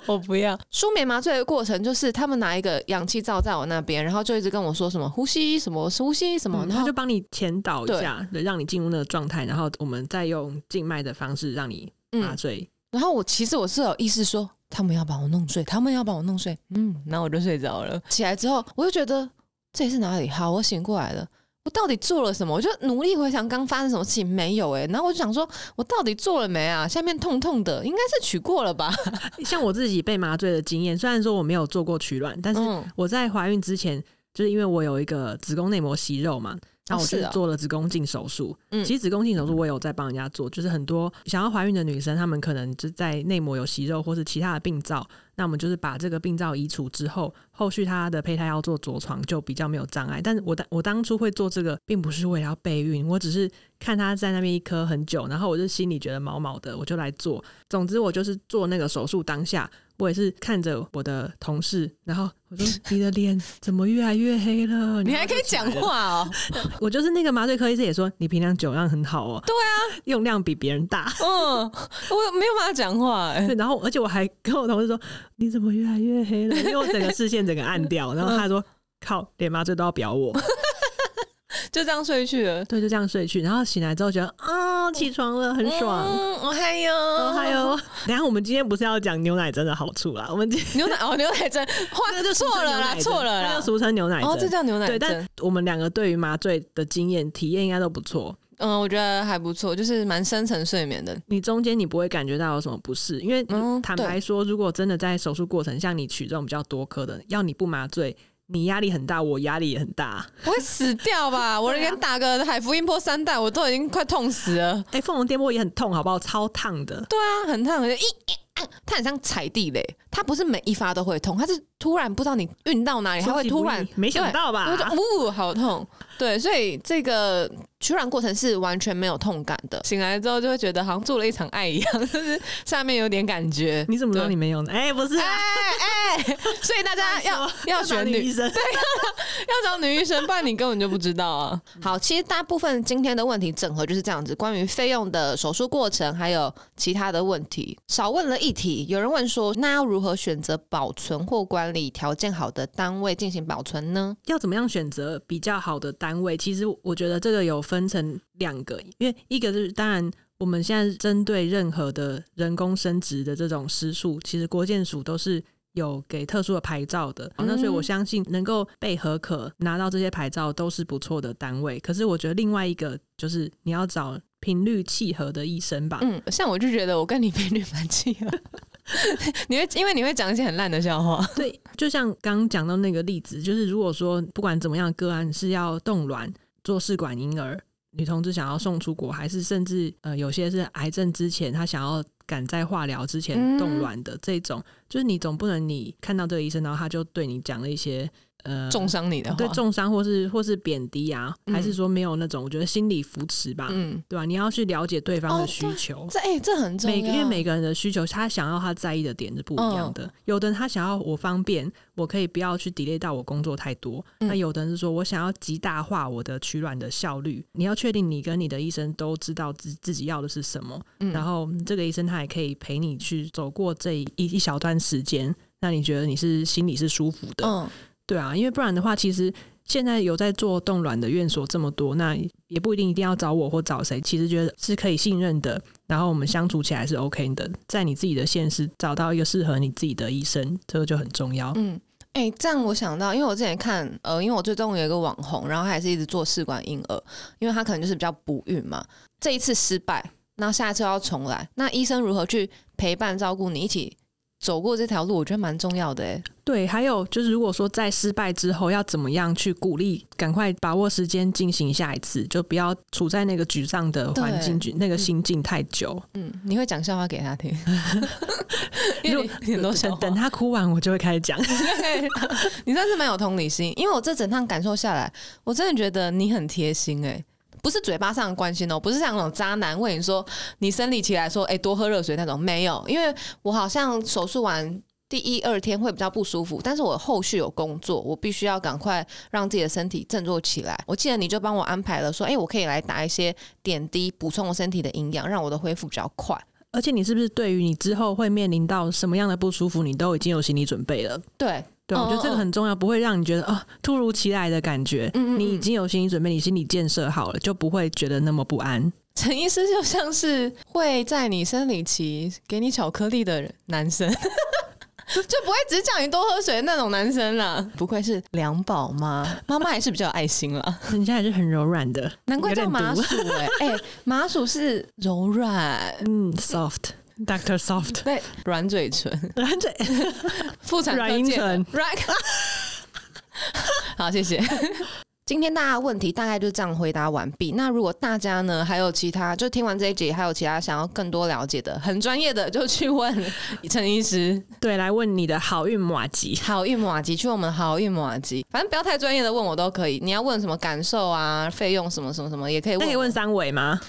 [SPEAKER 1] 我不要。舒眠麻醉的过程就是他们拿一个氧气罩在我那边，然后就一直跟我说什么呼吸什么呼吸什么，
[SPEAKER 2] 嗯
[SPEAKER 1] 然
[SPEAKER 2] 他
[SPEAKER 1] 后
[SPEAKER 2] 就帮你前导一下，对，让你进入那个状态，然后我们再用静脉的方式让你麻
[SPEAKER 1] 嗯，
[SPEAKER 2] 醉。
[SPEAKER 1] 然后我其实我是有意识说他们要把我弄睡，他们要把我弄睡，嗯，然后我就睡着了。起来之后我就觉得这里是哪里？好，我醒过来了。我到底做了什么？我就努力回想刚发生什么事情，没有诶、欸然后我就想说，我到底做了没啊？下面痛痛的，应该是取过了吧？
[SPEAKER 2] 像我自己被麻醉的经验，虽然说我没有做过取卵，但是
[SPEAKER 1] 嗯，
[SPEAKER 2] 我在怀孕之前，就是因为我有一个子宫内膜息肉嘛，然后我
[SPEAKER 1] 是
[SPEAKER 2] 就
[SPEAKER 1] 啊
[SPEAKER 2] 做了子宫镜手术。
[SPEAKER 1] 嗯
[SPEAKER 2] 其实子宫镜手术我也有在帮人家做，就是很多想要怀孕的女生，她们可能就在内膜有息肉或是其他的病灶，那我们就是把这个病灶移除之后，后续她的胚胎要做着床就比较没有障碍。但是我当我当初会做这个，并不是为了要备孕，我只是看她在那边一颗很久，然后我就心里觉得毛毛的，我就来做。总之，我就是做那个手术当下，我也是看着我的同事，然后我说：“ (laughs) 你的脸怎么越来越黑了？”
[SPEAKER 1] 你还可以讲。话哦。
[SPEAKER 2] 我就是那个麻醉科医师也说：“你平常酒量很好 (laughs) 哦。”对 (laughs) 啊，用量比别
[SPEAKER 1] (laughs)
[SPEAKER 2] 人大。
[SPEAKER 1] 嗯，我没有办法讲话、欸。
[SPEAKER 2] 对然后，而且我还跟我同事说：“你怎么越来越黑了？”因为我整个视线整个暗
[SPEAKER 1] (laughs)
[SPEAKER 2] 掉。然后他
[SPEAKER 1] 嗯
[SPEAKER 2] 说：“靠，连麻醉都要表我。
[SPEAKER 1] 就这样睡去了”。
[SPEAKER 2] 对，就这样睡去。然后醒来之后觉得啊、起床了，很爽。
[SPEAKER 1] 嗯，我还有，
[SPEAKER 2] 哦，
[SPEAKER 1] 我
[SPEAKER 2] 还有，然后我们今天不是要讲牛奶针的好处啦，我们
[SPEAKER 1] (laughs)
[SPEAKER 2] 今天
[SPEAKER 1] 牛奶哦，牛奶针，
[SPEAKER 2] 那
[SPEAKER 1] 哇，
[SPEAKER 2] 就俗称
[SPEAKER 1] 错了
[SPEAKER 2] 牛奶
[SPEAKER 1] 啦，
[SPEAKER 2] 针
[SPEAKER 1] 错了
[SPEAKER 2] 那
[SPEAKER 1] 啦
[SPEAKER 2] 就。俗称牛奶针。
[SPEAKER 1] 哦，这叫牛奶
[SPEAKER 2] 对，但
[SPEAKER 1] 针。
[SPEAKER 2] 我们两个对于麻醉的经验体验应该都不错。
[SPEAKER 1] 嗯，我觉得还不错，就是蛮深层睡眠的。
[SPEAKER 2] 你中间你不会感觉到有什么不适，因为
[SPEAKER 1] 嗯
[SPEAKER 2] 坦白说，如果真的在手术过程，像你取这种比较多颗的，要你不麻醉，你压力很大，我压力也很大。
[SPEAKER 1] 我会死掉吧？
[SPEAKER 2] 啊
[SPEAKER 1] 我连打个海福音波三代，我都已经快痛死了。
[SPEAKER 2] 哎、凤凰电波也很痛，好不好？超烫的。
[SPEAKER 1] 对啊，很烫，一一按它很像踩地雷，它不是每一发都会痛，它是突然不知道你运到哪里，它
[SPEAKER 2] 出
[SPEAKER 1] 哎会
[SPEAKER 2] 其
[SPEAKER 1] 突
[SPEAKER 2] 不
[SPEAKER 1] 然
[SPEAKER 2] 意没想到吧
[SPEAKER 1] 我就？嗯呜、好痛。对，所以这个取卵过程是完全没有痛感的，醒来之后就会觉得好像做了一场爱一样， (laughs) 就是下面有点感觉。
[SPEAKER 2] 你怎么知道
[SPEAKER 1] 对
[SPEAKER 2] 你没有呢？哎、不是、
[SPEAKER 1] (laughs)
[SPEAKER 2] 啊，
[SPEAKER 1] 哎哎，所以大家
[SPEAKER 2] (laughs)
[SPEAKER 1] 要啊要
[SPEAKER 2] 找
[SPEAKER 1] 选
[SPEAKER 2] 女
[SPEAKER 1] 女
[SPEAKER 2] 医生。
[SPEAKER 1] 要找女医生，不然你根本就不知道啊。 (laughs) 好，其实大部分今天的问题整合就是这样子，关于费用的手术过程，还有其他的问题，少问了一题。有人问说，那要如何选择保存或管理条件好的单位进行保存呢？
[SPEAKER 2] 要怎么样选择比较好的单位？其实我觉得这个有分成两个，因为一个就是当然。我们现在针对任何的人工生殖的这种施术，其实国健署都是有给特殊的牌照的。哦
[SPEAKER 1] 嗯
[SPEAKER 2] 那所以我相信能够被合可拿到这些牌照都是不错的单位。可是我觉得另外一个就是你要找频率契合的医生吧。
[SPEAKER 1] 嗯，像我就觉得我跟你频率蛮契合。 (laughs) 你会因为你会讲一些很烂的笑话，
[SPEAKER 2] 对，就像刚刚讲到那个例子，就是如果说不管怎么样，个案是要冻卵、做试管婴儿，女同志想要送出国，还是甚至呃有些是癌症之前，她想要赶在化疗之前
[SPEAKER 1] 嗯
[SPEAKER 2] 冻卵的这种，就是你总不能你看到这个医生，然后他就对你讲了一些呃
[SPEAKER 1] 重伤你的话，
[SPEAKER 2] 对重伤或是或是贬低啊，
[SPEAKER 1] 嗯
[SPEAKER 2] 还是说没有那种我觉得心理扶持吧，
[SPEAKER 1] 嗯，
[SPEAKER 2] 对吧、你要去了解对方
[SPEAKER 1] 哦
[SPEAKER 2] 的
[SPEAKER 1] 对
[SPEAKER 2] 需求。
[SPEAKER 1] 这哎、这很重要，嗯
[SPEAKER 2] 每个因为每个人的需求，他想要他在意的点是不一样的。有的人他想要我方便，我可以不要去 delay 到我工作太多；
[SPEAKER 1] 嗯
[SPEAKER 2] 那有的人是说我想要极大化我的取卵的效率。你要确定你跟你的医生都知道自自己要的是什么，
[SPEAKER 1] 嗯
[SPEAKER 2] 然后这个医生他也可以陪你去走过这一一小段时间，那你觉得你是心里是舒服的，
[SPEAKER 1] 嗯
[SPEAKER 2] 对啊，因为不然的话，其实现在有在做冻卵的院所这么多，那也不一定一定要找我或找谁，其实觉得是可以信任的，然后我们相处起来是 OK 的，在你自己的现实找到一个适合你自己的医生，这个就很重要。
[SPEAKER 1] 嗯，哎、这样我想到，因为我之前看，呃，因为我最踪有一个网红，然后他也是一直做试管婴儿，因为他可能就是比较不孕嘛，这一次失败，那下一次要重来，那医生如何去陪伴照顾你，一起走过这条路，我觉得蛮重要的哎。
[SPEAKER 2] 对，还有就是，如果说在失败之后要怎么样去鼓励，赶快把握时间进行下一次，就不要处在那个沮丧的环境、沮那个心境太久。
[SPEAKER 1] 嗯，你会讲笑话给他听， (laughs) 因为你很多笑话
[SPEAKER 2] 等等他哭完，我就会开始讲。
[SPEAKER 1] 对， (laughs) 你算是蛮有同理心，因为我这整趟感受下来，我真的觉得你很贴心哎、不是嘴巴上的关心哦，不是像那种渣男为你说你生理期来说，哎、多喝热水那种，没有，因为我好像手术完。第一二天会比较不舒服，但是我后续有工作，我必须要赶快让自己的身体振作起来。我记得你就帮我安排了，说，哎、我可以来打一些点滴，补充我身体的营养，让我的恢复比较快。
[SPEAKER 2] 而且你是不是对于你之后会面临到什么样的不舒服，你都已经有心理准备了？
[SPEAKER 1] 对，
[SPEAKER 2] 对，我觉
[SPEAKER 1] 嗯
[SPEAKER 2] 得这个很重要，不会让你觉得啊、突如其来的感觉。
[SPEAKER 1] 嗯嗯嗯
[SPEAKER 2] 你已经有心理准备，你心理建设好了，就不会觉得那么不安。 (laughs)
[SPEAKER 1] 陈医师就像是会在你生理期给你巧克力的男生， (laughs) 就不会只叫你多喝水的那种男生啦。不愧是良宝妈，妈妈还是比较有爱心啦。
[SPEAKER 2] 人家也是很柔软的，
[SPEAKER 1] (laughs) 难怪
[SPEAKER 2] 有
[SPEAKER 1] 叫
[SPEAKER 2] 点
[SPEAKER 1] 麻
[SPEAKER 2] 毒
[SPEAKER 1] 薯哎、欸、麻薯是柔软，
[SPEAKER 2] 嗯，soft Doctor (laughs) Soft
[SPEAKER 1] 对，软嘴唇，
[SPEAKER 2] 软嘴。
[SPEAKER 1] 妇产科
[SPEAKER 2] 软阴
[SPEAKER 1] 见的
[SPEAKER 2] 唇，
[SPEAKER 1] (laughs) 软。好，谢 (laughs) 谢。今天大家的问题大概就这样回答完毕。那如果大家呢还有其他，就听完这一集，还有其他想要更多了解的、很专业的，就去问陈医师。
[SPEAKER 2] 对，来问你的好运马吉。
[SPEAKER 1] (laughs) 好运马吉，去我们好运马吉，反正不要太专业的问我都可以。你要问什么感受啊、费用什么什么什么，也可以
[SPEAKER 2] 那
[SPEAKER 1] 问
[SPEAKER 2] 可以
[SPEAKER 1] 我。
[SPEAKER 2] 问三维吗？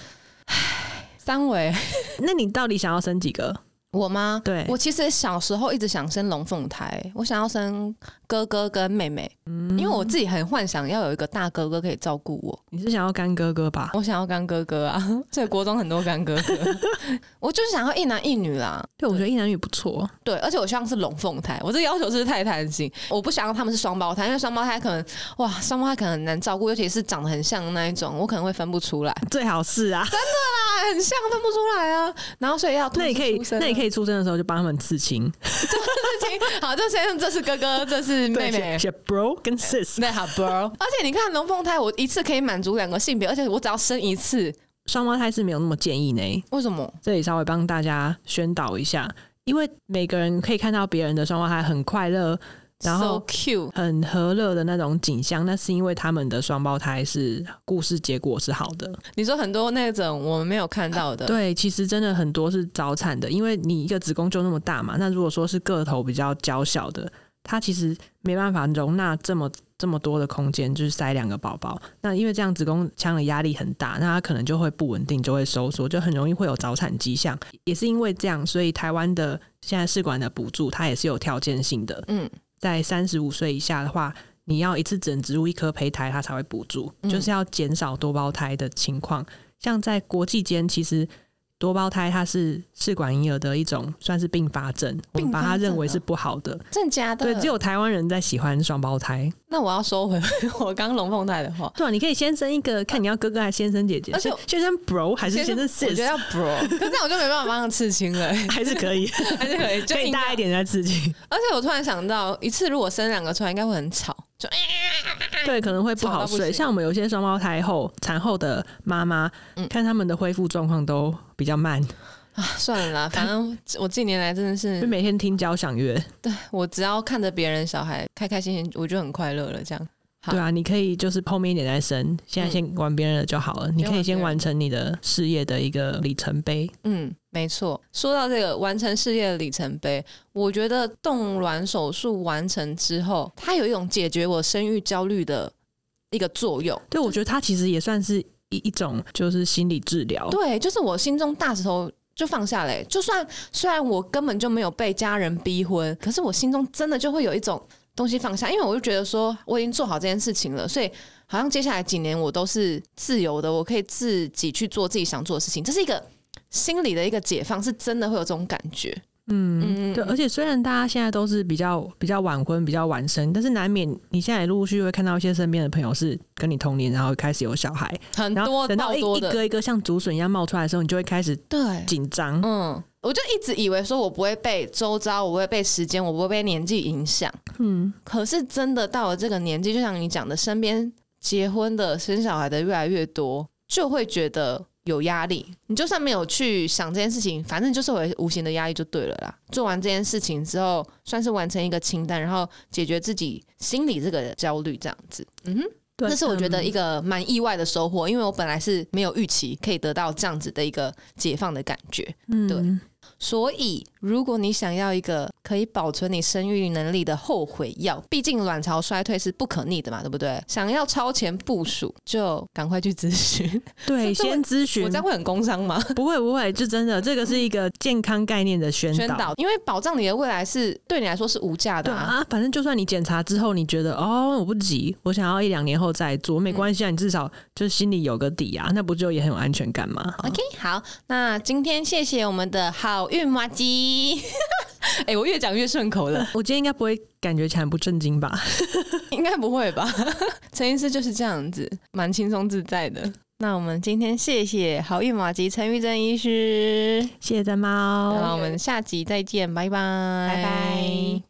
[SPEAKER 1] 三维，
[SPEAKER 2] 那你到底想要生几个？
[SPEAKER 1] 我吗？
[SPEAKER 2] 对
[SPEAKER 1] 我其实小时候一直想生龙凤胎，我想要生哥哥跟妹妹，
[SPEAKER 2] 嗯
[SPEAKER 1] 因为我自己很幻想要有一个大哥哥可以照顾我。
[SPEAKER 2] 你是想要干哥哥吧？
[SPEAKER 1] 我想要干哥哥啊，所以国中很多干哥 (laughs) 哥，我就是想要一男一女啦。
[SPEAKER 2] 对，我觉得一男一女不错。
[SPEAKER 1] 对，而且我希望是龙凤胎，我这要求是不是太贪心？我不想要他们是双胞胎，因为双胞胎可能哇，双胞胎可能很难照顾，尤其是长得很像的那一种，我可能会分不出来。
[SPEAKER 2] 最好是啊。
[SPEAKER 1] 啊，很像分不出来啊，然后所以要
[SPEAKER 2] 那你可以，那
[SPEAKER 1] (laughs)
[SPEAKER 2] 你可
[SPEAKER 1] 以
[SPEAKER 2] 以出生的时候就帮他们刺青，
[SPEAKER 1] 好，就先这是哥哥，这是妹妹
[SPEAKER 2] (laughs) 对，写写 bro
[SPEAKER 1] (laughs)
[SPEAKER 2] 跟 (laughs) sis，
[SPEAKER 1] 那好 bro，而且你看龙凤胎，我一次可以满足两个性别，而且我只要生一次，
[SPEAKER 2] 双胞胎是没有那么建议呢。
[SPEAKER 1] 为什么？
[SPEAKER 2] 这里稍微帮大家宣导一下，因为每个人可以看到别人的双胞胎很快乐，然后
[SPEAKER 1] so cute，
[SPEAKER 2] 很和乐的那种景象，那是因为他们的双胞胎是故事结果是好的。
[SPEAKER 1] 你说很多那种我们没有看到的，
[SPEAKER 2] 对，其实真的很多是早产的，因为你一个子宫就那么大嘛，那如果说是个头比较娇小的，它其实没办法容纳这么这么多的空间，就是塞两个宝宝。那因为这样子宫腔的压力很大，那它可能就会不稳定，就会收缩，就很容易会有早产迹象。也是因为这样，所以台湾的现在试管的补助它也是有条件性的，
[SPEAKER 1] 嗯，
[SPEAKER 2] 在三十五岁以下的话。你要一次整植入一颗胚胎，它才会补助，
[SPEAKER 1] 嗯
[SPEAKER 2] 就是要减少多胞胎的情况。像在国际间，其实多胞胎它是试管婴儿的一种算是并发症，我们
[SPEAKER 1] 并发
[SPEAKER 2] 把它
[SPEAKER 1] 症嗯
[SPEAKER 2] 认为
[SPEAKER 1] 哦
[SPEAKER 2] 是不好的。
[SPEAKER 1] 真的假的？
[SPEAKER 2] 对，只有台湾人在喜欢双胞胎。
[SPEAKER 1] 那我要收回我刚龙凤胎的话，
[SPEAKER 2] 对啊，你可以先生一个，看你要哥哥还是先生姐姐，
[SPEAKER 1] 而且
[SPEAKER 2] 先先生 bro 还是先生
[SPEAKER 1] 我觉得
[SPEAKER 2] sis，
[SPEAKER 1] 要 bro，可是这样我就没办法帮他刺青
[SPEAKER 2] (laughs)
[SPEAKER 1] 了、
[SPEAKER 2] 还是可以，
[SPEAKER 1] 还是可以，就
[SPEAKER 2] 可以
[SPEAKER 1] 硬要
[SPEAKER 2] 大一。点再刺激。
[SPEAKER 1] 而且我突然想到，一次如果生两个出来，应该会很吵，就哎、
[SPEAKER 2] 对，可能会不
[SPEAKER 1] 吵到
[SPEAKER 2] 好
[SPEAKER 1] 不
[SPEAKER 2] 睡。
[SPEAKER 1] 行
[SPEAKER 2] 像我们有些双胞胎后产后的妈妈，
[SPEAKER 1] 嗯
[SPEAKER 2] 看他们的恢复状况都比较慢，
[SPEAKER 1] 啊算了
[SPEAKER 2] (laughs)
[SPEAKER 1] 啦，反正我近年来真的，
[SPEAKER 2] 就是每天听交响乐。
[SPEAKER 1] 我只要看着别人小孩开开心心，我就很快乐了。这样，好嗯
[SPEAKER 2] 对啊，你可以就是后面一点再生，现在先玩别人的就好了。你可以先完成你的事业的一个里程碑。
[SPEAKER 1] 嗯，没错。说到这个完成事业的里程碑，我觉得冻卵手术完成之后，它有一种解决我生育焦虑的一个作用。
[SPEAKER 2] 对，我觉得它其实也算是一一种就是心理治疗。
[SPEAKER 1] 对，就是我心中大石头就放下了欸、就算虽然我根本就没有被家人逼婚，可是我心中真的就会有一种东西放下，因为我就觉得说我已经做好这件事情了，所以好像接下来几年我都是自由的，我可以自己去做自己想做的事情，这是一个心理的一个解放，是真的会有这种感觉。嗯
[SPEAKER 2] 嗯，对，而且虽然大家现在都是比较比较晚婚、比较晚生，但是难免你现在也陆陆续续会看到一些身边的朋友是跟你同龄，然后开始有小孩，
[SPEAKER 1] 很
[SPEAKER 2] 然后
[SPEAKER 1] 多
[SPEAKER 2] 等到
[SPEAKER 1] 到
[SPEAKER 2] 一
[SPEAKER 1] 多
[SPEAKER 2] 一
[SPEAKER 1] 的，
[SPEAKER 2] 个一个像竹笋一样冒出来的时候，你就会开始
[SPEAKER 1] 对，
[SPEAKER 2] 紧张。
[SPEAKER 1] 嗯，我就一直以为说我不会被周遭，我不会被时间，我不会被年纪影响。
[SPEAKER 2] 嗯，
[SPEAKER 1] 可是真的到了这个年纪，就像你讲的，身边结婚的、生小孩的越来越多，就会觉得有压力，你就算没有去想这件事情，反正就是会有无形的压力就对了啦。做完这件事情之后，算是完成一个清单，然后解决自己心里这个焦虑，这样子。嗯哼。
[SPEAKER 2] 对
[SPEAKER 1] 这是我觉得
[SPEAKER 2] 嗯
[SPEAKER 1] 一个蛮意外的收获，因为我本来是没有预期可以得到这样子的一个解放的感觉。对
[SPEAKER 2] 嗯
[SPEAKER 1] 所以，如果你想要一个可以保存你生育能力的后悔药，毕竟卵巢衰退是不可逆的嘛，对不对？想要超前部署，就赶快去咨 (laughs) 询。
[SPEAKER 2] 对，
[SPEAKER 1] 这
[SPEAKER 2] 先咨询
[SPEAKER 1] 我这。样会很工伤 (laughs) 吗？
[SPEAKER 2] 不会不会，就真的这个是一个健康概念的宣导。
[SPEAKER 1] 宣导，因为保障你的未来是对你来说是无价的、
[SPEAKER 2] 对
[SPEAKER 1] 啊。
[SPEAKER 2] 啊，反正就算你检查之后，你觉得哦，我不急，我想要一两年后再
[SPEAKER 1] 嗯
[SPEAKER 2] 做，没关系啊，你至少就是心里有个底啊，那不就也很有安全感吗？哦
[SPEAKER 1] OK，好，那今天谢谢我们的好运麻吉。 (laughs) 哎、我越讲越顺口了，
[SPEAKER 2] 我今天应该不会感觉起来很不正经吧？
[SPEAKER 1] (laughs) 应该不会吧？陈医师就是这样子，蛮轻松自在的。那我们今天谢谢好运麻吉陈玉珍医师。
[SPEAKER 2] 谢谢三猫，
[SPEAKER 1] 那我们下集再见，拜拜，
[SPEAKER 2] 拜拜。